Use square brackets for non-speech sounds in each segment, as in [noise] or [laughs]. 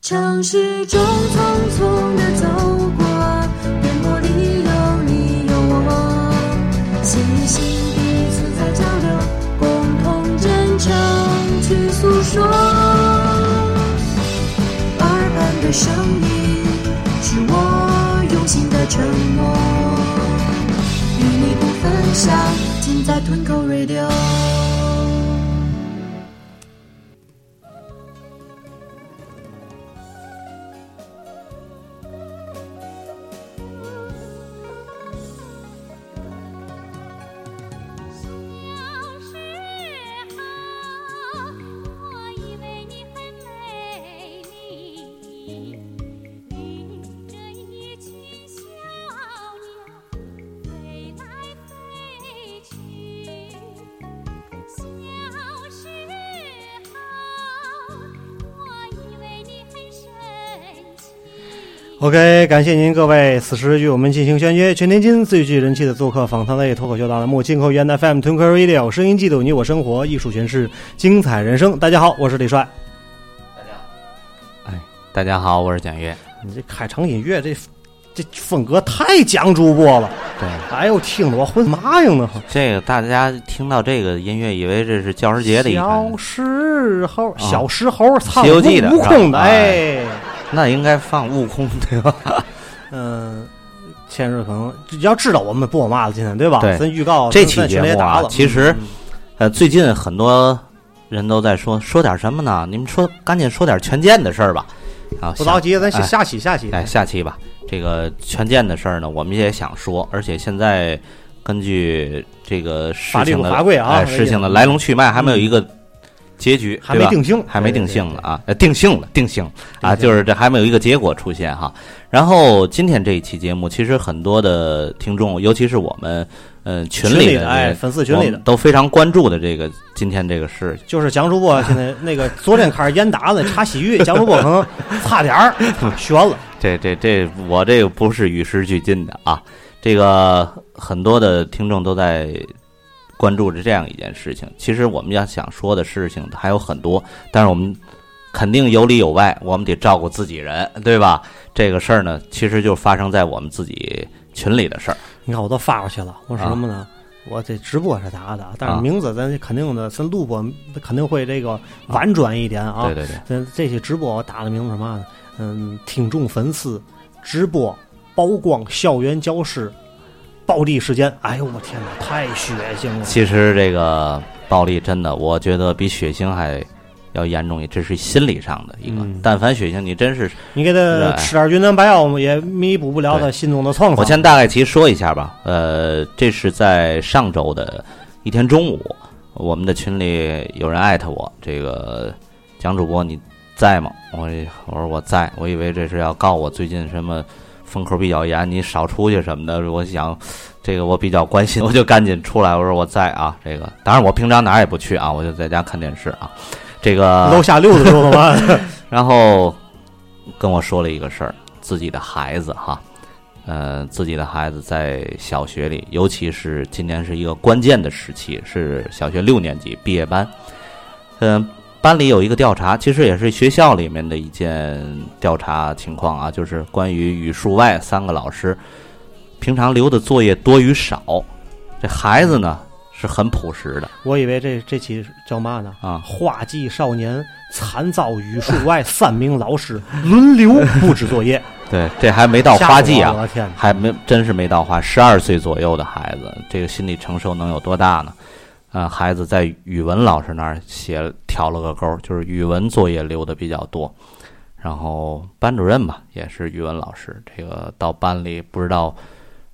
城市中匆匆地走过，电波里有你有我，心与心彼此在交流，共同真诚去诉说。耳畔的声音是我用心的承诺，与你不分享，尽在吞口 radio。 OK，感谢您各位此时与我们进行相约，全天津最具人气的做客访谈类脱口秀大栏目《金口源 FM t w i n k l e Radio》，声音记录你我生活，艺术诠释精彩人生。大家好，我是李帅。大家好，哎，大家好，我是蒋越。你这开场音乐这这风格太讲主播了。对，哎呦，听得我混麻呀呢。这个大家听到这个音乐，以为这是教师节的一小石猴，小石猴唱西游记》的悟空的，哎。那应该放悟空对吧？嗯、呃，千日可能要知道我们播嘛了，今天对吧？对，咱预告这期节目啊，其实、嗯、 [laughs] 呃，最近很多人都在说说点什么呢？你们说，赶紧说点权健的事儿吧。啊，不着急，咱下下期下期哎下期吧。这个权健的事儿呢，我们也想说，而且现在根据这个事情的法规啊、哎，事情的来龙去脉，还没有一个。嗯结局还没定性，还没定性呢啊！定性了，定性啊！就是这还没有一个结果出现哈。然后今天这一期节目，其实很多的听众，尤其是我们呃群里的哎粉丝群里的都非常关注的这个今天这个事情，就是蒋主播现在那个昨天开始烟打了查洗浴，蒋主播可能差点儿悬了。这这这，我这个不是与时俱进的啊！这个很多的听众都在。关注着这样一件事情，其实我们要想说的事情还有很多，但是我们肯定有里有外，我们得照顾自己人，对吧？这个事儿呢，其实就发生在我们自己群里的事儿。你看，我都发过去了，我说什么呢？啊、我这直播是打的，但是名字咱肯定的，咱录播肯定会这个婉转一点啊。对对对，咱这些直播我打的名字什么呢？嗯，听众粉丝直播曝光校园教师。暴力事件，哎呦我天哪，太血腥 [laughs] 了！其实这个暴力真的，我觉得比血腥还要严重，这是心理上的一个。嗯、但凡血腥，你真是你给他吃点云南白药，也弥补不了他心中的创伤。我先大概其说一下吧，呃，这是在上周的一天中午，我们的群里有人艾特我，这个蒋主播你在吗？我我说我在，我以为这是要告我最近什么。风口比较严，你少出去什么的。我想，这个我比较关心，我就赶紧出来。我说我在啊，这个当然我平常哪儿也不去啊，我就在家看电视啊。这个楼下溜达溜达嘛。然后跟我说了一个事儿，自己的孩子哈，呃，自己的孩子在小学里，尤其是今年是一个关键的时期，是小学六年级毕业班。嗯、呃，班里有一个调查，其实也是学校里面的一件调查情况啊，就是关于语数外三个老师平常留的作业多与少。这孩子呢是很朴实的。我以为这这期叫嘛呢？啊，画技少年惨遭语数外三名老师轮流布置作业。对，这还 [laughs] 没到吓花死季我啊了，我的天哪！还没真是没到花，十二岁左右的孩子，这个心理承受能有多大呢？呃，孩子在语文老师那儿写了挑了个勾儿，就是语文作业留的比较多，然后班主任吧也是语文老师，这个到班里不知道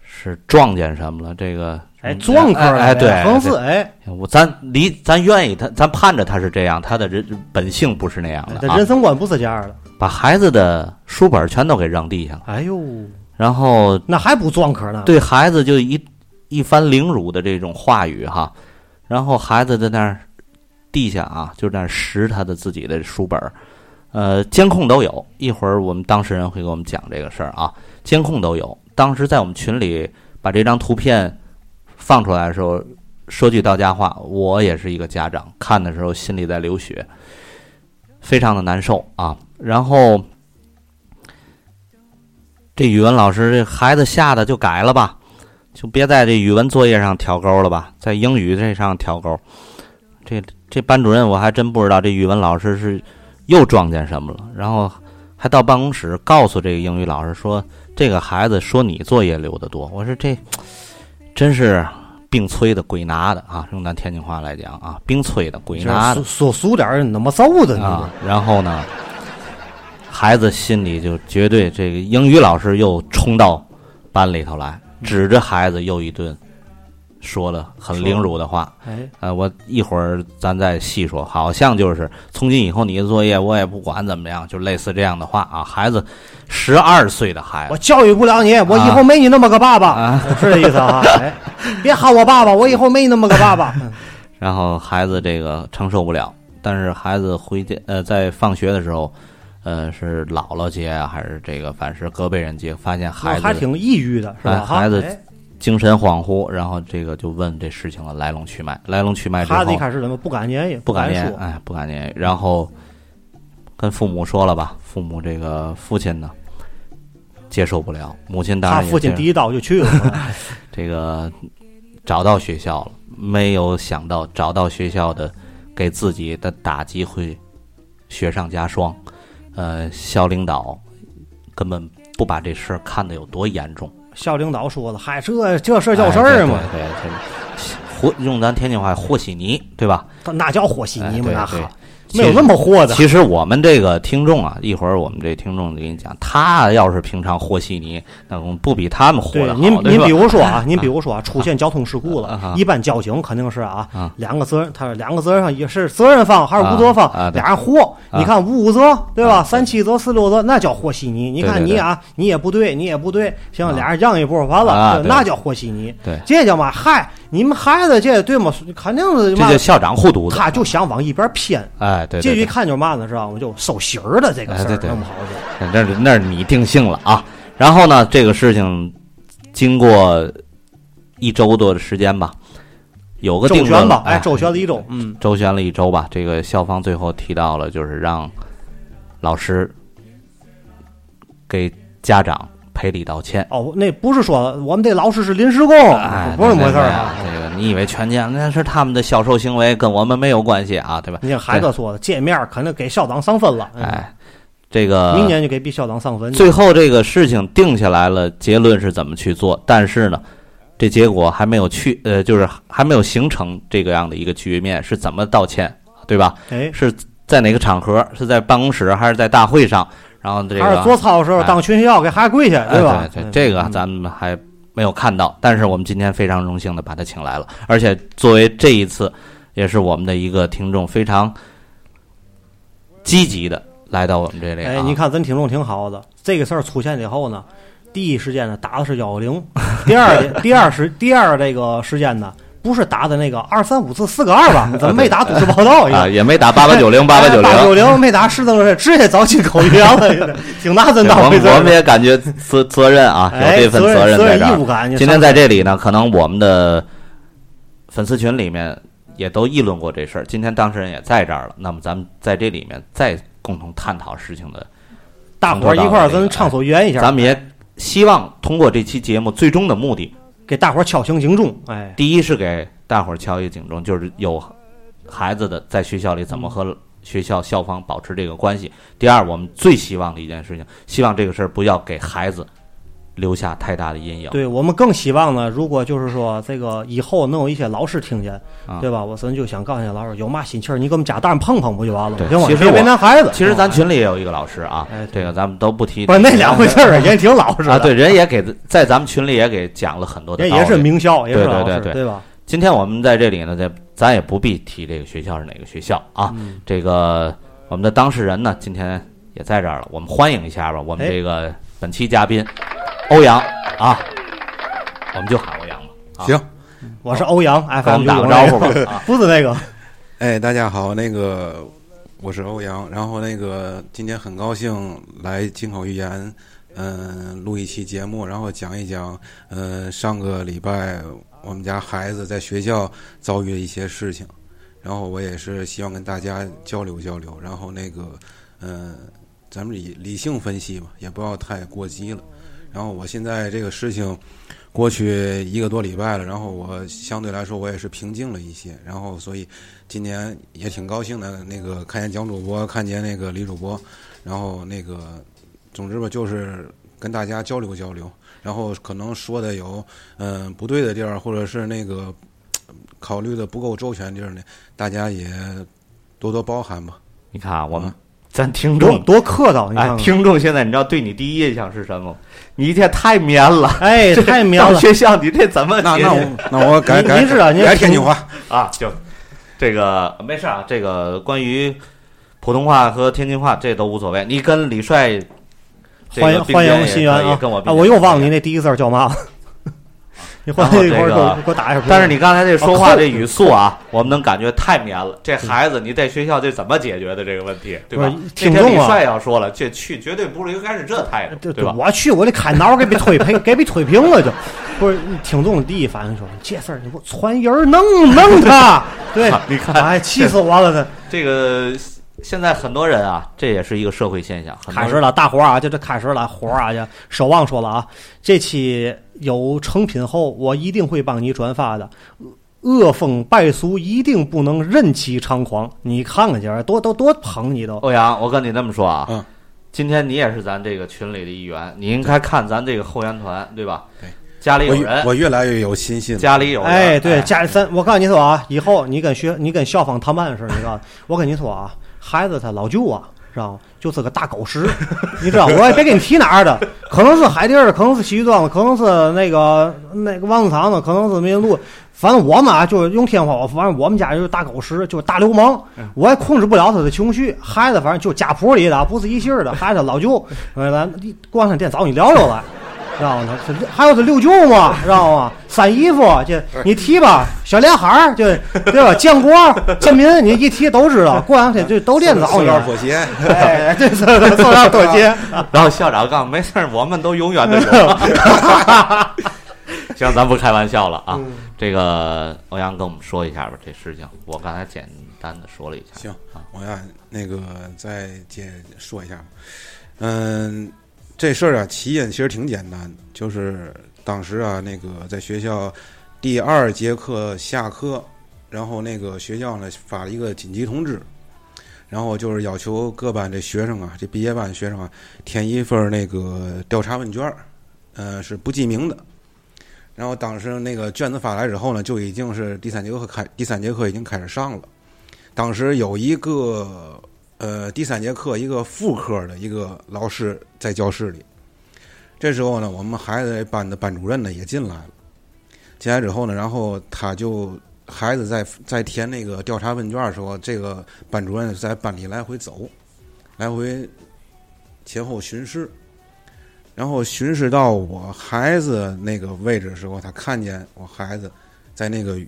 是撞见什么了，这个哎，撞科哎了哎对，横死哎，我咱离咱愿意他，咱盼着他是这样，他的人本性不是那样的这啊人，生观不是这样的。把孩子的书本全都给扔地下了，哎呦，然后那还不撞科呢？，对孩子就一一番凌辱的这种话语哈，然后孩子在那儿地下啊，就在那儿拾他的自己的书本儿，呃，监控都有。一会儿我们当事人会给我们讲这个事儿啊，监控都有。当时在我们群里把这张图片放出来的时候，说句到家话，我也是一个家长，看的时候心里在流血，非常的难受啊。然后这语文老师这孩子吓得就改了吧，就别在这语文作业上挑钩了吧，在英语这上挑钩。这这班主任我还真不知道，这语文老师是又撞见什么了，然后还到办公室告诉这个英语老师说，这个孩子说你作业留的多。我说这真是病催的鬼拿的啊，用咱天津话来讲啊，病催的鬼拿的说。说俗点儿，那么揍的啊呢？，然后呢，孩子心里就绝对这个英语老师又冲到班里头来，指着孩子又一顿说了很凌辱的话。哎，呃，我一会儿咱再细说，好像就是从今以后你的作业我也不管怎么样，就类似这样的话啊。孩子十二岁的孩我子，教育不了你，我以后没你那么个爸爸哎啊， [laughs] 是这意思 [laughs] 啊？哎，别喊我爸爸，我以后没你那么个爸爸。嗯然后孩子这个承受不了，但是孩子回家呃在放学的时候。呃，是姥姥节啊，还是这个，反是隔辈人节，发现孩我子还挺抑郁的，是吧？哎孩子哈哎精神恍惚，然后这个就问这事情的来龙去脉，来龙去脉之哎孩子一后开始怎么不敢言语，也不敢敢言说，，哎，不敢言，然后跟父母说了吧，父母这个父亲呢接受不了，母亲当他然父亲第一一刀就去了。这个找到学校了，没有想到找到学校的给自己的打击会雪上加霜，呃，校领导根本不把这事儿看得有多严重。校领导说了，嗨，这这事儿叫事儿嘛哎？对对对对，和用咱天津话和稀泥，对吧？那叫和稀泥嘛？那哎对好对，没有那么和的。其实我们这个听众啊，一会儿我们这听众就给你讲，他要是平常和稀泥，那我们不比他们和对的好，您，对您吧比如说啊，您比如说啊，出现交通事故啊了啊，一般交警肯定是啊啊，两个责任，他是两个责任方，也是责任方还是无责啊啊方，对俩人和。啊你看五五责对吧？啊对三七责四六责，那叫和稀泥。你对看对你啊，你也不对，你也不对，行，啊俩人让一步完啊了，对对那叫和稀泥。对这叫嘛？嗨，你们孩子这对吗？肯定是嘛这叫？校长护犊子，他就想往一边偏。哎，对这对一对，看就是嘛呢，知道吗？就收形儿的这个事哎对儿，对弄不好就。那是那是你定性了啊。然后呢，这个事情经过一周多的时间吧，有个周定论旋了吧，，哎，周旋了一周，嗯，周旋了一周吧，这个校方最后提到了，就是让老师给家长赔礼道歉。哦，那不是说我们这老师是临时工，哎，不是那么回事儿啊啊！！这个你以为权健那是他们的销售行为，跟我们没有关系啊，对吧？你看孩子说的，见面儿肯定给校长上分了，嗯，哎，这个明年就给比校长上分去，最后这个事情定下来了，结论是怎么去做，但是呢，这结果还没有去，呃，就是还没有形成这个样的一个局面，是怎么道歉，对吧？哎，是在哪个场合？是在办公室还是在大会上？然后这个还是做操的时候哎当群校给孩子跪下，哎，吧？对嗯这个咱们还没有看到，但是我们今天非常荣幸的把他请来了，而且作为这一次也是我们的一个听众非常积极的来到我们这里、啊。哎，你看咱听众挺好的，这个事儿出现以后呢，第一时间呢打的是幺幺零，第二 [laughs] 点第二时第二这个时间呢，不是打的那个二三五四四个二 [laughs] 吧？怎么没打都市报道一啊，样？也没打八八九零八八九零哎八。九零没哎打市政是直接早进口语言了， [laughs] 有点挺拿真当我回们事儿我们也感觉责责任啊，哎有这份责任责在任这义务儿。感。你今天上在这里呢，可能我们的粉丝群里面也都议论过这事儿。今天当事人也在这儿了，那么咱们在这里面再共同探讨事情的大伙儿一块儿跟畅所欲言一下，咱们也希望通过这期节目，最终的目的，给大伙儿敲醒警钟。哎，第一是给大伙儿敲一个警钟，就是有孩子的在学校里怎么和学校校方保持这个关系。第二，我们最希望的一件事情，希望这个事儿不要给孩子留下太大的阴影。对我们更希望呢，如果就是说这个以后能有一些老师听见，啊对吧？我咱就想告诉一下老师，有嘛心气儿，你给我们家大人碰碰不就完了吗？对行吗？其实别为我难孩子。其实啊咱群里也有一个老师啊，哎这个咱们都不提， [laughs] 不是那两回事儿，人挺老实的啊，对，，人也给在咱们群里也给讲了很多的人道也是理。名校，也是对对老对师，对对吧？今天我们在这里呢，咱咱也不必提这个学校是哪个学校啊，嗯这个我们的当事人呢，今天也在这儿了，我们欢迎一下吧，我们哎这个本期嘉宾欧阳啊，我们就喊欧阳吧，啊行，我是欧阳跟 FM，我们打个招呼，吧啊， [laughs] 不是那 [laughs] 个，哎，大家好，那个我是欧阳，然后那个今天很高兴来金口玉言，嗯、录一期节目，然后讲一讲，嗯、上个礼拜我们家孩子在学校遭遇的一些事情，然后我也是希望跟大家交流交流，然后那个，嗯、咱们理理性分析吧，也不要太过激了。然后我现在这个事情过去一个多礼拜了，然后我相对来说我也是平静了一些，然后所以今年也挺高兴的。那个看见蒋主播，看见那个李主播，然后那个，总之吧，就是跟大家交流交流，然后可能说的有嗯、不对的地儿，或者是那个嘖考虑的不够周全地儿呢，大家也多多包涵吧。你看啊，我们咱听多众多客套，嗯你看啊哎，看，听众现在你知道对你第一印象是什么吗？你这太绵了，哎，太妙到了。学校你这怎么那解那决我那我改您改您是啊您改天津话。啊？就这个没事啊，这个关于普通话和天津话这都无所谓。你跟李帅这欢个迎并欢肩迎也新可源以啊！跟我并啊，肩我又忘了也你那第一个字儿叫嘛了。 [laughs] 你换啊然后一会儿这给个我给我打一下。但是你刚才这说啊话扣这语速啊，我们能感觉太绵了。这孩子，你在学校这怎么解决的这个问题，对吧不是？那挺天李重啊帅要说了，这去绝对不是应该是这态度，对对吧？我去，我得砍刀给被推平，给被推平了就。不是，挺重的第一反应说这事儿你给我传人儿弄弄他，对， [laughs] 你看哎，气死我了！这个现在很多人啊，这也是一个社会现象。这很多开始人了，大伙儿啊，就这开始了，活儿啊，就守望说了啊，这期有成品后，我一定会帮你转发的。恶风败俗，一定不能任其猖狂。你看看去，多多多捧你都。欧阳，我跟你这么说啊，嗯今天你也是咱这个群里的一员，你应该看咱这个后援团，对吧？对，家里我有越人，我越来越有信心了。家里有人，哎，对，家里三，我告诉你说啊，以后你跟学，你跟校方谈办事儿，你告诉我跟你说啊，孩子他老舅啊，知道吗？就是个大狗屎，你知道，我也别给你提哪儿的，可能是海淀儿的，可能是西庄的，可能是那个那个王子厂的，可能是民路，反正我们啊，就是用天话，反正我们家就是大狗屎，就是大流氓，嗯我也控制不了他的情绪。孩子反正就家谱里的啊，不是一姓儿的，孩子老 [laughs] 舅，呃咱过两天找你聊聊来。知道吗？他还有他六舅嘛，知道吗？三姨夫，这你提吧，小连海儿， [laughs] 这对吧？建国、建民，你一提都知道。过两天就都练早塑你料了。妥协，哎，这是塑 [laughs] 料妥协。然后校长告诉我没事儿，我们都永远的 [laughs] 有。 [laughs] 行，咱不开玩笑了嗯啊。这个欧阳跟我们说一下吧，这事情我刚才简单的说了一下。行我呀，那个再接着说一下吧，嗯，这事儿啊，起因其实挺简单的，就是当时啊，那个在学校第二节课下课，然后那个学校呢发了一个紧急通知，然后就是要求各班这学生啊，这毕业班学生啊，填一份儿那个调查问卷儿，呃，是不记名的。然后当时那个卷子发来之后呢，就已经是第三节课开，第三节课已经开始上了。当时有一个呃第三节课一个副科的一个老师在教室里，这时候呢，我们孩子班的班主任呢也进来了，进来之后呢，然后他就孩子在在填那个调查问卷的时候，这个班主任在班里来回走，来回前后巡视。然后巡视到我孩子那个位置的时候，他看见我孩子在那个，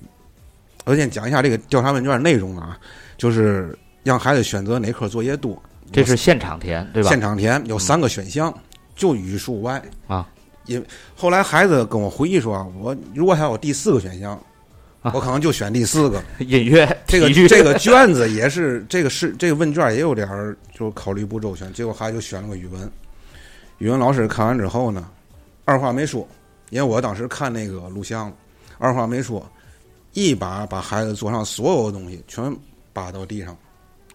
我先讲一下这个调查问卷内容啊，就是让孩子选择哪科作业多，这是现场填，对吧？嗯现场填有三个选项，就语数外啊。因后来孩子跟我回忆说啊，我如果还有第四个选项，啊我可能就选第 [laughs] 四个。音乐、这个体育这个卷子也是 [laughs] 这个是这个问卷也有点儿就考虑不周全，结果孩子就选了个语文。语文老师看完之后呢，二话没说，因为我当时看那个录像了，二话没说，一把把孩子桌上所有的东西全扒到地上。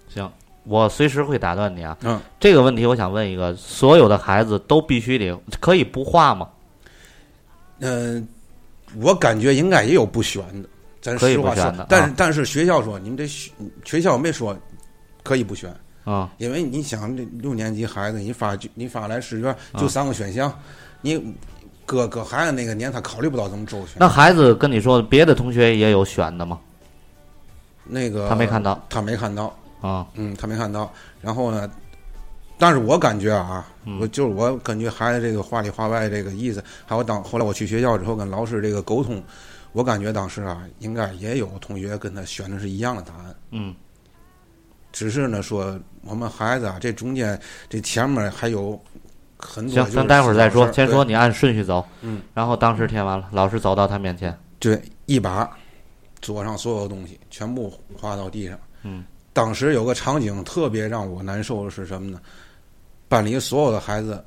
行，我随时会打断你啊。嗯，这个问题我想问一个：所有的孩子都必须得可以不画吗？嗯、我感觉应该也有不选的，咱可以实话不选说的，但啊是、但是学校说你们这学学校没说可以不选，啊、因为你想这六年级孩子，你发就你发来试卷啊就三个选项，你搁搁孩子那个年他考虑不到这么周全。那孩子跟你说，别的同学也有选的吗？那个他没看到，他没看到，啊、嗯，他没看到。然后呢，但是我感觉啊，嗯我就是我感觉孩子这个话里话外这个意思，还有当后来我去学校之后跟老师这个沟通，我感觉当时啊，应该也有同学跟他选的是一样的答案，嗯，只是呢说我们孩子啊，这中间这前面还有很多行，嗯就是咱待会儿再小事说，先说你按顺序走。嗯，然后当时填完了，老师走到他面前，对，对一把桌上所有东西全部滑到地上。嗯，当时有个场景特别让我难受的是什么呢？班里所有的孩子，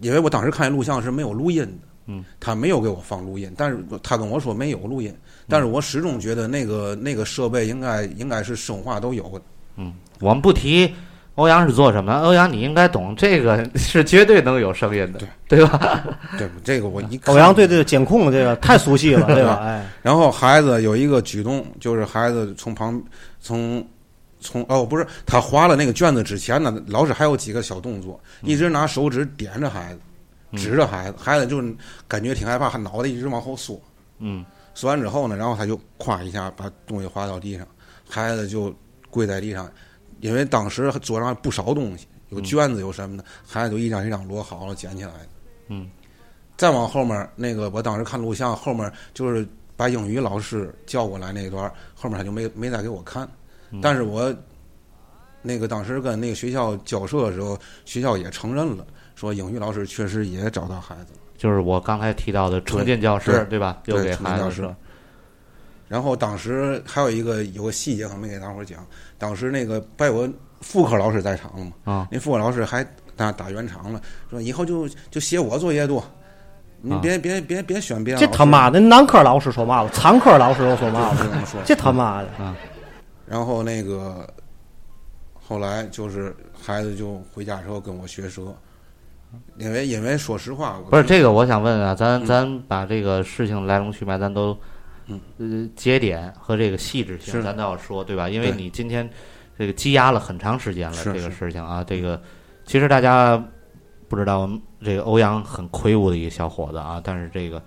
因为我当时看见录像是没有录音的，嗯，他没有给我放录音，但是他跟我说没有录嗯音，但是我始终觉得那个那个设备应该应该是生化都有的，我们不提欧阳是做什么的，欧阳你应该懂，这 [laughs] 个是绝对能有声音的，对吧？ [laughs] 对不？这个我一看嗯欧阳对这个监控这个太熟悉了，对吧？哎，然后孩子有一个举动，就是孩子从旁从从哦不是，他划了那个卷子之前呢，老师还有几个小动作，一直拿手指点着孩子，指着孩子，孩子就感觉挺害怕，他脑袋一直往后缩，嗯，缩完之后呢，然后他就咵一下把东西滑到地上，孩子就跪在地上，因为当时桌上不少东西，有卷子有什么的，孩子就一张一张摞好了捡起来的。嗯，再往后面那个，我当时看录像，后面就是把英语老师叫过来那一段，后面他就没没再给我看。嗯但是我那个当时跟那个学校交涉的时候，学校也承认了，说英语老师确实也找到孩子了。就是我刚才提到的重进教室，对对吧？对又给重进孩子教室说，然后当时还有一个有个细节，可能没给大伙儿讲。当时那个拜我副科老师在场了嘛，啊那副科老师还打打圆场了，说以后就就写我作业多，你啊别、别别别选别人这老师他妈的男科老师说嘛了，产科老师又说嘛就了，这么说。这他妈的然后那个后来就是孩子就回家之后跟我学舌，因为因为说实话，我不是这个，我想问啊，咱嗯咱把这个事情来龙去脉，咱都，呃，节点和这个细致性，是咱都要说，对吧？因为对你今天这个积压了很长时间了，是这个是事情啊，这个其实大家不知道，这个欧阳很魁梧的一个小伙子啊，但是这个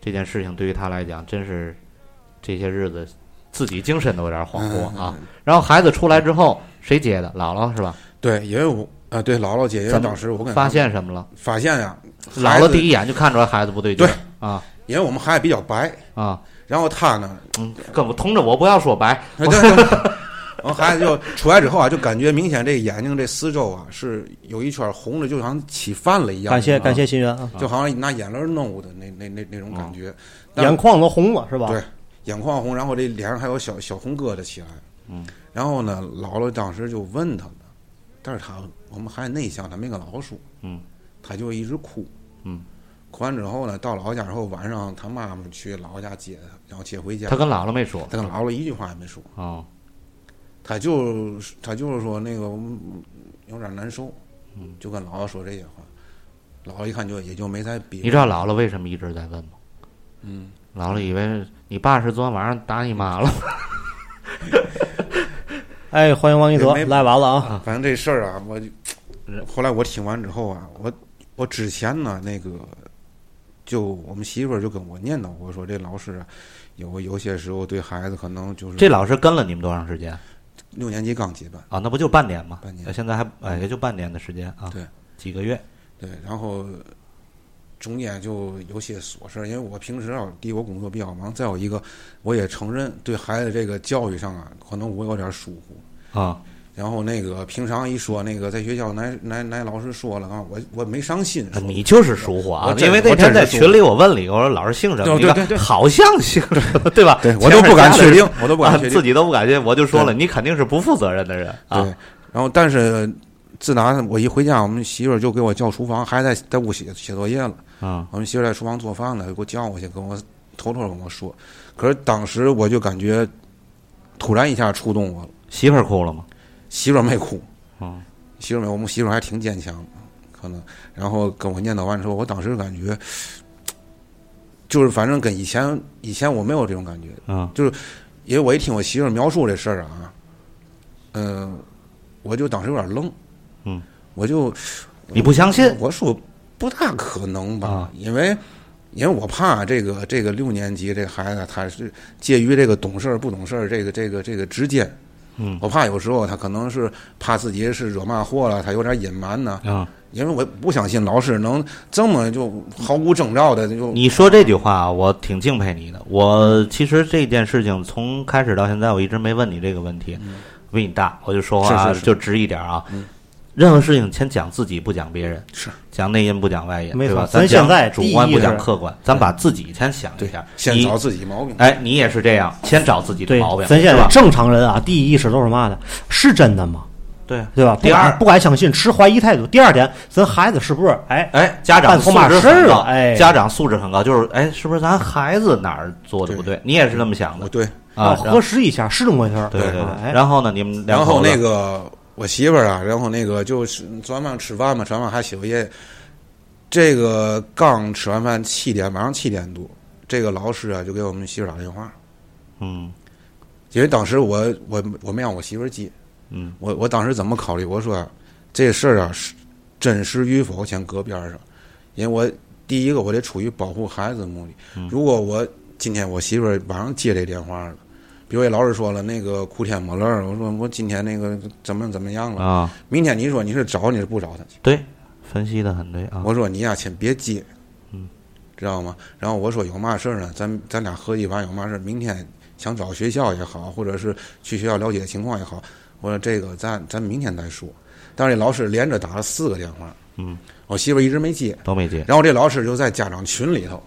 这件事情对于他来讲，真是这些日子自己精神都有点恍嗯惚啊。然后孩子出来之后，谁接的？姥姥是吧？对，因为我啊对姥姥姐，因为咱们当时我跟发现什么了？发现呀、姥孩姥子第一眼就看出来孩子不对劲儿啊因为我们孩子比较白，啊！然后他呢 [laughs] 嗯，跟我通着我不要说白，对对对。然后孩子就出来之后啊，就感觉明显这眼睛这四周啊是有一圈红的，就好像起饭了一样。感谢感谢心源啊，就好像拿眼泪弄的那那那那种啊感觉，但眼眶都红了是吧？对眼眶红，然后这脸上还有小小红疙瘩起来。嗯，然后呢，姥姥当时就问他了，但是他我们孩子内向，他没跟姥姥说。嗯，他就一直哭。嗯，哭完之后呢，到姥姥家之后，晚上他妈妈去姥姥家接他，然后接回家。他跟姥姥没说他跟姥姥一句话也没说。啊，他就是他就是说那个嗯有点难受，嗯就跟姥姥说这些话，姥姥一看就也就没再逼。你知道姥姥为什么一直在问吗？嗯，姥姥以为你爸是昨天晚上打你妈嗯了，哎，欢迎王一泽没，来完了啊，反正这事儿啊，我就后来我听完之后啊，我我之前呢那个，就我们媳妇儿就跟我念叨过说，这老师啊，有有些时候对孩子可能就是这老师跟了你们多长时间六年级刚接班，啊？那不就半年吗？半年呃现在还哎也就半年的时间啊，对，几个月，对，然后中间就有些琐事儿，因为我平时啊，第一我工作比较忙，再有一个我也承认对孩子这个教育上啊，可能我有点疏忽。啊，然后那个平常一说那个在学校哪哪哪老师说了啊，我我没上心呃说，你就是疏忽啊我，真因为那我天真是在疏忽群里我问了一个，我说老师姓什么？对你看对对对好像姓什么，对吧？对我都不敢啊前确定面加了，我都不敢确啊定。自己都不敢确定，我就说了，你肯定是不负责任的人啊对，然后但是自打我一回家，我们媳妇儿就给我叫厨房，还在在屋写写作业了。啊我们媳妇儿在厨房做饭呢，给我叫过去，跟我偷偷地跟我说。可是当时我就感觉突然一下触动我了。媳妇儿哭了吗？媳妇儿没哭，嗯，媳妇儿没，我们媳妇儿还挺坚强，可能。然后跟我念叨完之后，我当时感觉，就是反正跟以前以前我没有这种感觉，嗯因为我一听我媳妇儿描述这事儿啊，嗯、我就当时有点愣，嗯，我就你不相信？我说不大可能吧，啊因为因为我怕这个这个六年级这孩子他是介于这个懂事儿不懂事儿这个这个这个之间，嗯我怕有时候他可能是怕自己是惹嘛祸了，他有点隐瞒呢，啊，因为我不相信老师能这么就毫无征兆的嗯就你说这句话，我挺敬佩你的。我其实这件事情从开始到现在，我一直没问你这个问题。嗯我比你大，我就说话是是是就直一点啊。任何事情先讲自己，不讲别人，是讲内因不讲外因，没对吧？错咱讲现在主第一观不是讲客观，咱把自己先想一下。先你找自己毛病。哎，你也是这样，先找自己的对毛病，，咱现是在吧？正常人啊，第一意识都是嘛的，是真的吗？对对吧？第不二敢不敢相信，持怀疑态度。第二点，咱孩子是不是哎哎，家长办素错嘛质事儿很高了，哎家长素质很高，就是哎，是不是咱孩子哪儿做的不对？你也是这么想我的哦对，啊啊？然核实一下是这么回事儿？对对对啊哎，然后呢，你们两然后口子那个我媳妇儿啊，然后那个就是昨晚上吃饭嘛，吃完饭还洗过夜。这个刚吃完饭七点，晚上七点多，这个老师啊就给我们媳妇儿打电话，嗯因为当时我我我没让我媳妇儿接，嗯我我当时怎么考虑？我说啊这事儿啊是真实与否先搁边儿上，因为我第一个我得出于保护孩子的目的。如果我今天我媳妇儿晚上接这电话了，比如也老师说了那个哭天抹泪儿，我说我今天那个怎么怎么样了，啊，明天你说你是找你是不找他去？对，分析的很对啊。嗯我说你呀，先别接，知道吗？然后我说有嘛事儿呢，咱咱俩合计完有嘛事儿，明天想找学校也好，或者是去学校了解情况也好，我说这个咱咱明天再说。但是这老师连着打了四个电话，嗯，我媳妇儿一直没接。都没接然后这老师就在家长群里头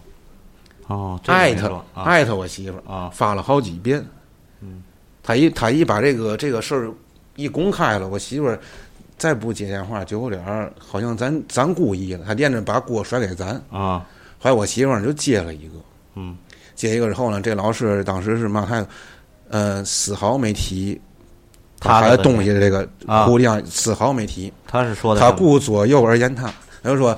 哦，这个艾没特说啊艾特我媳妇儿啊发了好几遍。嗯，他一他一把这个这个事儿一公开了，我媳妇儿再不接电话，最后点儿好像咱咱故意了，他惦着把锅甩给咱。啊，后来我媳妇儿就接了一个，嗯，接一个之后呢，这老师当时是嘛态度，呃，丝毫没提他的问题的东西的这个啊姑娘，丝毫没提，他是说的他什么顾左右而言他，他就说。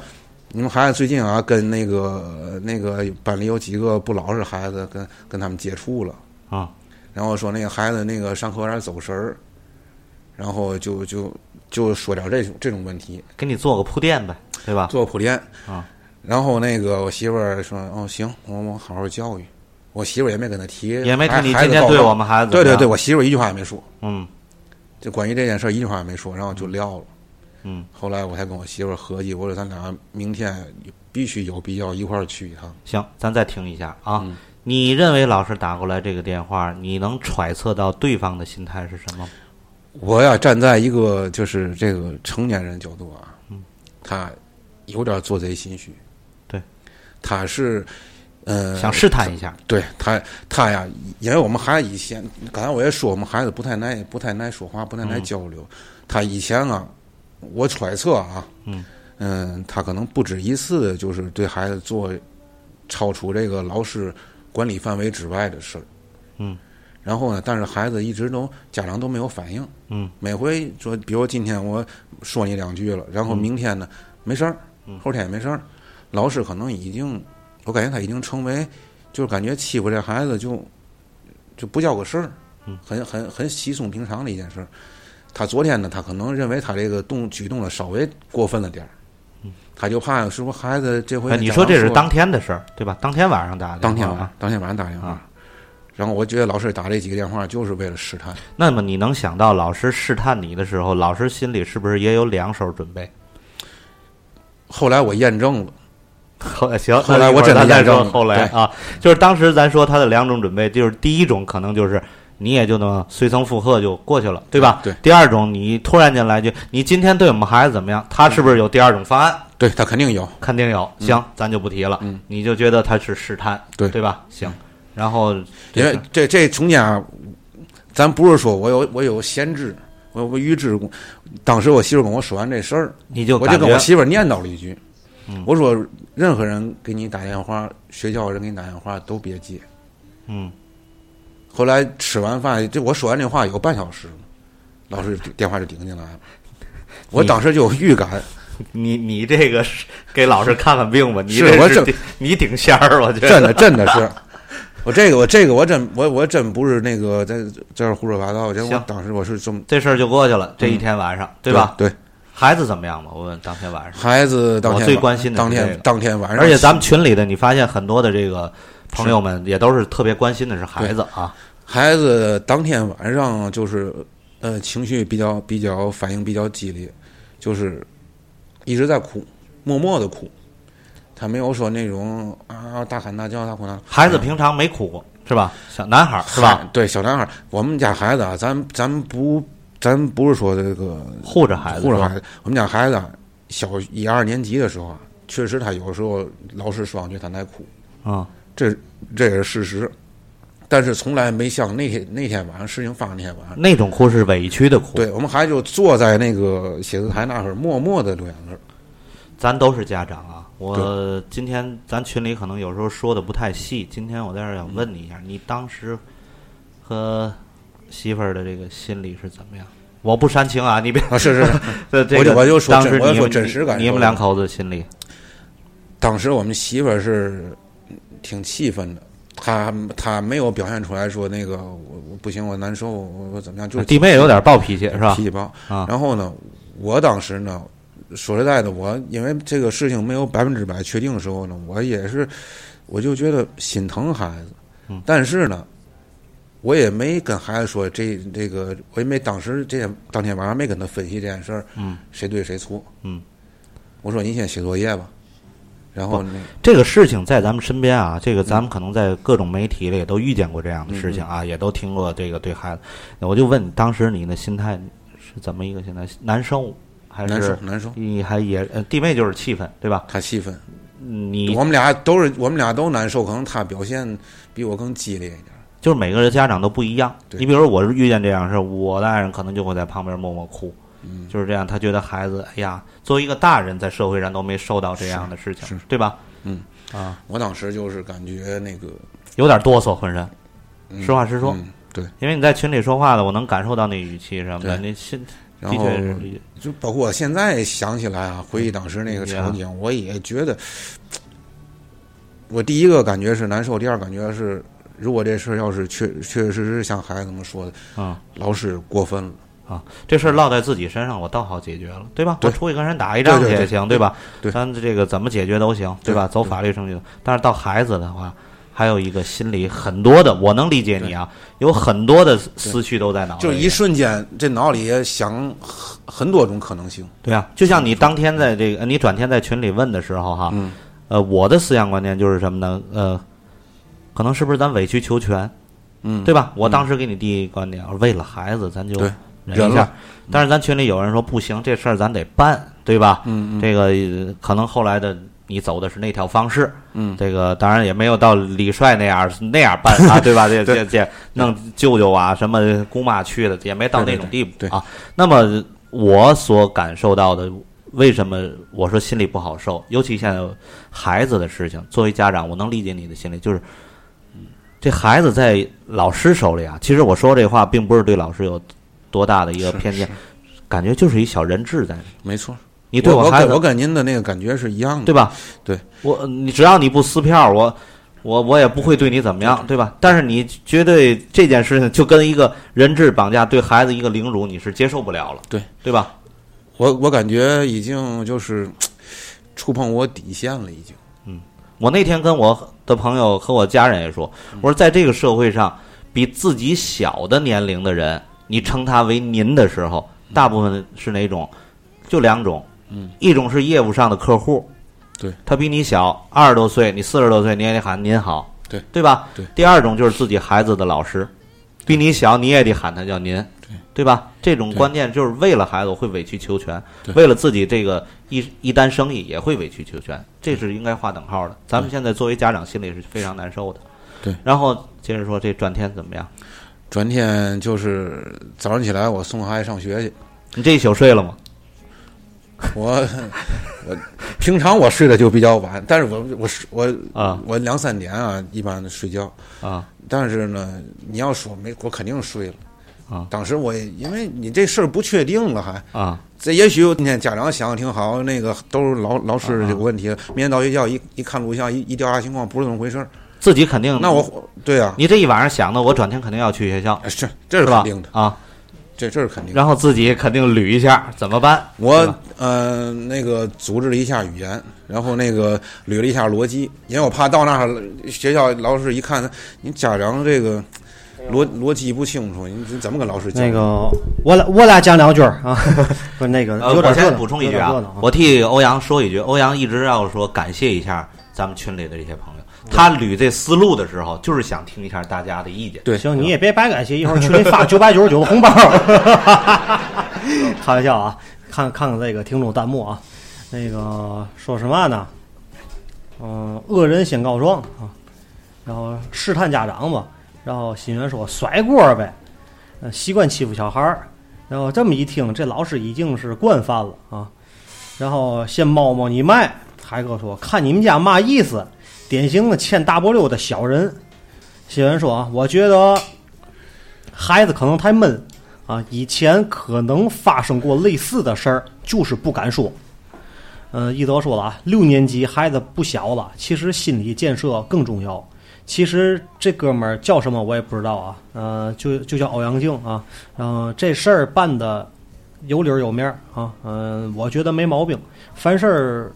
你们孩子最近啊，跟那个那个班里有几个不老实的孩子跟，跟他们接触了，啊然后说那个孩子那个上课有点走神儿，然后就就就说点这种这种问题，给你做个铺垫呗，对吧？做普练啊。然后那个我媳妇儿说：“哦，行，我我好好教育。”我媳妇儿也没跟他提，也没孩看你孩今子天告对状我们孩子怎对么对样对，我媳妇儿一句话也没说，嗯就关于这件事儿一句话也没说，然后就撂了。嗯，后来我才跟我媳妇儿合计，我说咱俩明天必须有必要一块儿去一趟。行，咱再听一下啊。嗯你认为老师打过来这个电话，你能揣测到对方的心态是什么吗？我要站在一个就是这个成年人角度啊，他有点做贼心虚，嗯对，他是，呃，想试探一下，对他，他呀，因为我们孩子以前，刚才我也说，我们孩子不太耐，不太耐说话，不太嗯耐交流。他以前啊，我揣测啊，嗯嗯他可能不止一次就是对孩子做超出这个老师管理范围之外的事儿。嗯，然后呢，但是孩子一直都家长都没有反应。嗯，每回说，比如今天我说你两句了，然后明天呢，没事儿，嗯后天也没事儿，老师可能已经，我感觉他已经成为。就是感觉欺负这孩子就就不叫个事儿，嗯很很很稀松平常的一件事儿。他昨天呢，他可能认为他这个动举动了稍微过分了点儿，他就怕是不是孩子这回嗯哎，跟你家说长这是当天的事儿，对吧？当天晚上打的电当话天晚啊上。当天晚上打电话，啊然后我觉得老师打这几个电话就是为了试探，那么你能想到老师试探你的时候，老师心里是不是也有两手准备？后来我验证了，后来行，后来那我一会儿真的咱再验证说了后来啊，就是当时咱说他的两种准备，就是第一种可能就是你也就那么随声附和就过去了，对吧？对第二种你突然间来句，你今天对我们孩子怎么样？他是不是有第二种方案？对他肯定有，肯定有。行，咱就不提了。嗯你就觉得他是试探，对嗯对吧？行，然后因为这这中间啊，咱不是说我有我有先知，我有个预知，当时我媳妇跟我说完这事儿，你就我就嗯感跟我觉媳妇儿念叨了一句，我说任何人给你打电话，学校人给你打电话都别接。嗯，后来吃完饭，这我说完这话有半小时了，老师电话就顶进来了。我当时就有预感，你你这个是给老师看看病吧，你是我这正顶你顶仙儿，我觉得 [laughs] 真的真的是，我这个我这个我真我我真不是那个在在这胡说八道，我觉得我行当时我是这么这事儿就过去了。这一天晚上，对吧？嗯对，孩子怎么样吧？我问当天晚上。孩子当天我最关心的是当这天个当天晚上，而且咱们群里的，你发现很多的这个朋友们也都是特别关心的是孩子啊，孩子当天晚上就是呃情绪比较比较反应比较激烈，就是一直在哭，默默的哭，他没有说那种啊大喊大叫大哭大闹。孩子平常没哭过是吧？小男孩儿是吧？嗨？对，小男孩儿，我们家孩子啊，咱咱不咱不是说这个护着孩子，护着孩子，子，我们家孩子啊小一二年级的时候啊，确实他有时候老师说两句他爱哭，嗯，这这也是事实。但是从来没像那天那天晚上事情发生那天晚上，那种哭是委屈的哭。对，我们孩子就坐在那个写字台那会儿，默默的流眼泪儿。咱都是家长啊。我今天咱群里可能有时候说的不太细，今天我在这儿想问你一下，你当时和媳妇儿的这个心理是怎么样？我不煽情啊，你别 [laughs] 啊，是是是，这这我个就我就说当真时我就你说们真实感受你们两口子心里当时我们媳妇儿是挺气愤的，她她没有表现出来说那个我我不行，我难受，我我怎么样，就是弟妹有点暴脾气是吧脾？气暴。啊然后呢，我当时呢，说实在的，我因为这个事情没有百分之百确定的时候呢，我也是，我就觉得心疼孩子，嗯但是呢，我也没跟孩子说这这个，我也没当时这天当天晚上没跟他分析这件事儿，嗯，谁对谁错，嗯，我说你先写作业吧，然后那这个事情在咱们身边嗯啊，这个咱们可能在各种媒体里也都遇见过这样的事情啊，嗯也都听过这个对孩子。我就问你，当时你的心态是怎么一个心态？男生还难受是难受，你还也呃弟妹就是气愤对吧？他气愤，你我们俩都是我们俩都难受，可能他表现比我更激烈一点，就是每个人家长都不一样。对你比如说我是遇见这样的事儿，我的爱人可能就会在旁边默默哭，嗯，就是这样，他觉得孩子，哎呀，作为一个大人在社会上都没受到这样的事情，对吧？嗯啊，我当时就是感觉那个，有点哆嗦，浑身。嗯实话实说嗯对。因为你在群里说话的，我能感受到那语气什么的，对那心的然后确是理嗯解就包括我现在想起来啊，回忆当时那个场啊景，我也觉得，我第一个感觉是难受，第二感觉是，如果这事儿要是确确确实实像孩子们说的，啊、老师过分了，这事儿落在自己身上，我倒好解决了，对吧？对我出去跟人打一仗去对对对也行，对吧？对咱这个怎么解决都行，对吧？对走法律程序，但是到孩子的话，还有一个心里很多的，我能理解你啊，有很多的思绪都在脑子就里，一瞬间，这脑里也想很很多种可能性。对啊，就像你当天在这个，呃你转天在群里问的时候哈，嗯呃，我的思想观念就是什么呢？呃，可能是不是咱委曲求全，嗯，对吧？我当时给你第一个观点，为了孩子，咱就对忍一忍下了。但是咱群里有人说不行，这事儿咱得办，对吧？嗯这个呃可能后来的你走的是那条方式，嗯这个当然也没有到李帅那样那样办啊，对 [laughs] 吧？这这这弄舅舅啊，什么姑妈去的，也没到那种地步对对对啊。那么我所感受到的，为什么我说心里不好受？尤其现在有孩子的事情，作为家长，我能理解你的心理，就是这孩子在老师手里啊。其实我说这话，并不是对老师有多大的一个偏见，感觉就是一小人质在那。没错，你对我我孩跟子我跟您的那个感觉是一样的，对吧？对，我你只要你不撕票，我我我也不会对你怎么样，对吧？但是你绝对这件事情就跟一个人质绑架对孩子一个凌辱，你是接受不了了，对对吧？我我感觉已经就是触碰我底线了，已经。我那天跟我的朋友和我家人也说，嗯我说在这个社会上，比自己小的年龄的人，你称他为您的时候，大部分是哪种？就两种，嗯，一种是业务上的客户，对，他比你小二十多岁，你四十多岁，你也得喊您好，对对吧？对。第二种就是自己孩子的老师，比你小，你也得喊他叫您，对吧？这种对观念就是为了孩子我会委曲求全，对为了自己这个一一单生意也会委曲求全，这是应该划等号的。咱们现在作为家长心里是非常难受的。对。然后接着说这转天怎么样？转天就是早上起来，我送孩子上学去。你这一宿睡了吗？我 [laughs] 我平常我睡得就比较晚，但是我我睡我啊我两三点啊一般睡觉，啊，但是呢，你要说没我肯定睡了，啊当时我也因为你这事儿不确定了还。啊这也许今天家长想的挺好，那个都是老老师的这个问题。啊明天到学校一一看录像，一一调查情况，不是那么回事儿。自己肯定那我对啊，嗯你这一晚上想的，我转天肯定要去学校，是这是吧肯定的？，嗯啊，这这是肯定的。然后自己肯定捋一下怎么办。是我吧呃那个组织了一下语言，然后那个捋了一下逻辑，因为我怕到那儿学校老师一看，你家长这个逻逻辑不清楚，你这怎么跟老师讲？那个，我俩我俩讲两句儿啊， [laughs] 不是那个呃，有点热我先闹，补充一有句点热啊闹，我替欧阳说一句，欧阳一直要说感谢一下咱们群里的这些朋友，他捋这思路的时候，就是想听一下大家的意见。对行，你也别白感谢，一会儿群里发九百九十九的红包。 [laughs] 开玩笑啊，看看看这个听众弹幕啊，那个说什么呢？嗯、恶人先告状啊，然后试探家长嘛，然后新源说甩锅儿呗，呃，习惯欺负小孩儿，然后这么一听，这老师已经是惯犯了啊。然后先猫猫你卖，海哥说看你们家嘛意思，典型的欠大波溜的小人。新闻说啊，我觉得孩子可能太闷啊，以前可能发生过类似的事儿，就是不敢说。嗯、一泽说了啊，六年级孩子不小了，其实心理建设更重要。其实这哥们儿叫什么我也不知道啊，呃，就就叫欧阳靖啊，然、后这事儿办的有理儿有面儿啊，嗯、我觉得没毛病。凡事儿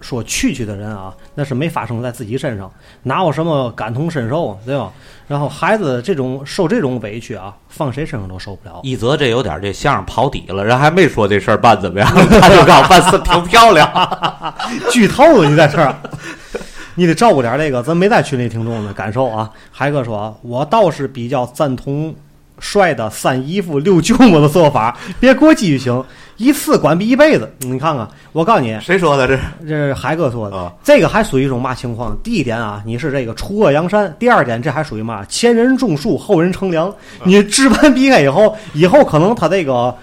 说去去的人啊，那是没发生在自己身上，哪有什么感同身受啊，对吧？然后孩子这种受这种委屈啊，放谁身上都受不了。一泽这有点这相声跑底了，人还没说这事儿办怎么样，他就告诉办是挺漂亮。 [laughs] 剧透了，你在这儿，你得照顾点这个咱没在群里听众的感受啊。海哥说啊，我倒是比较赞同帅的三姨夫六舅母的做法，别过激就行，一次管闭一辈子。你看看，我告诉你，谁说的这？这是海哥说的啊，这个还属于一种嘛情况？第一点啊，你是这个除恶扬善；第二点，这还属于嘛前人种树，后人乘凉。你置办避开以后，以后可能他这个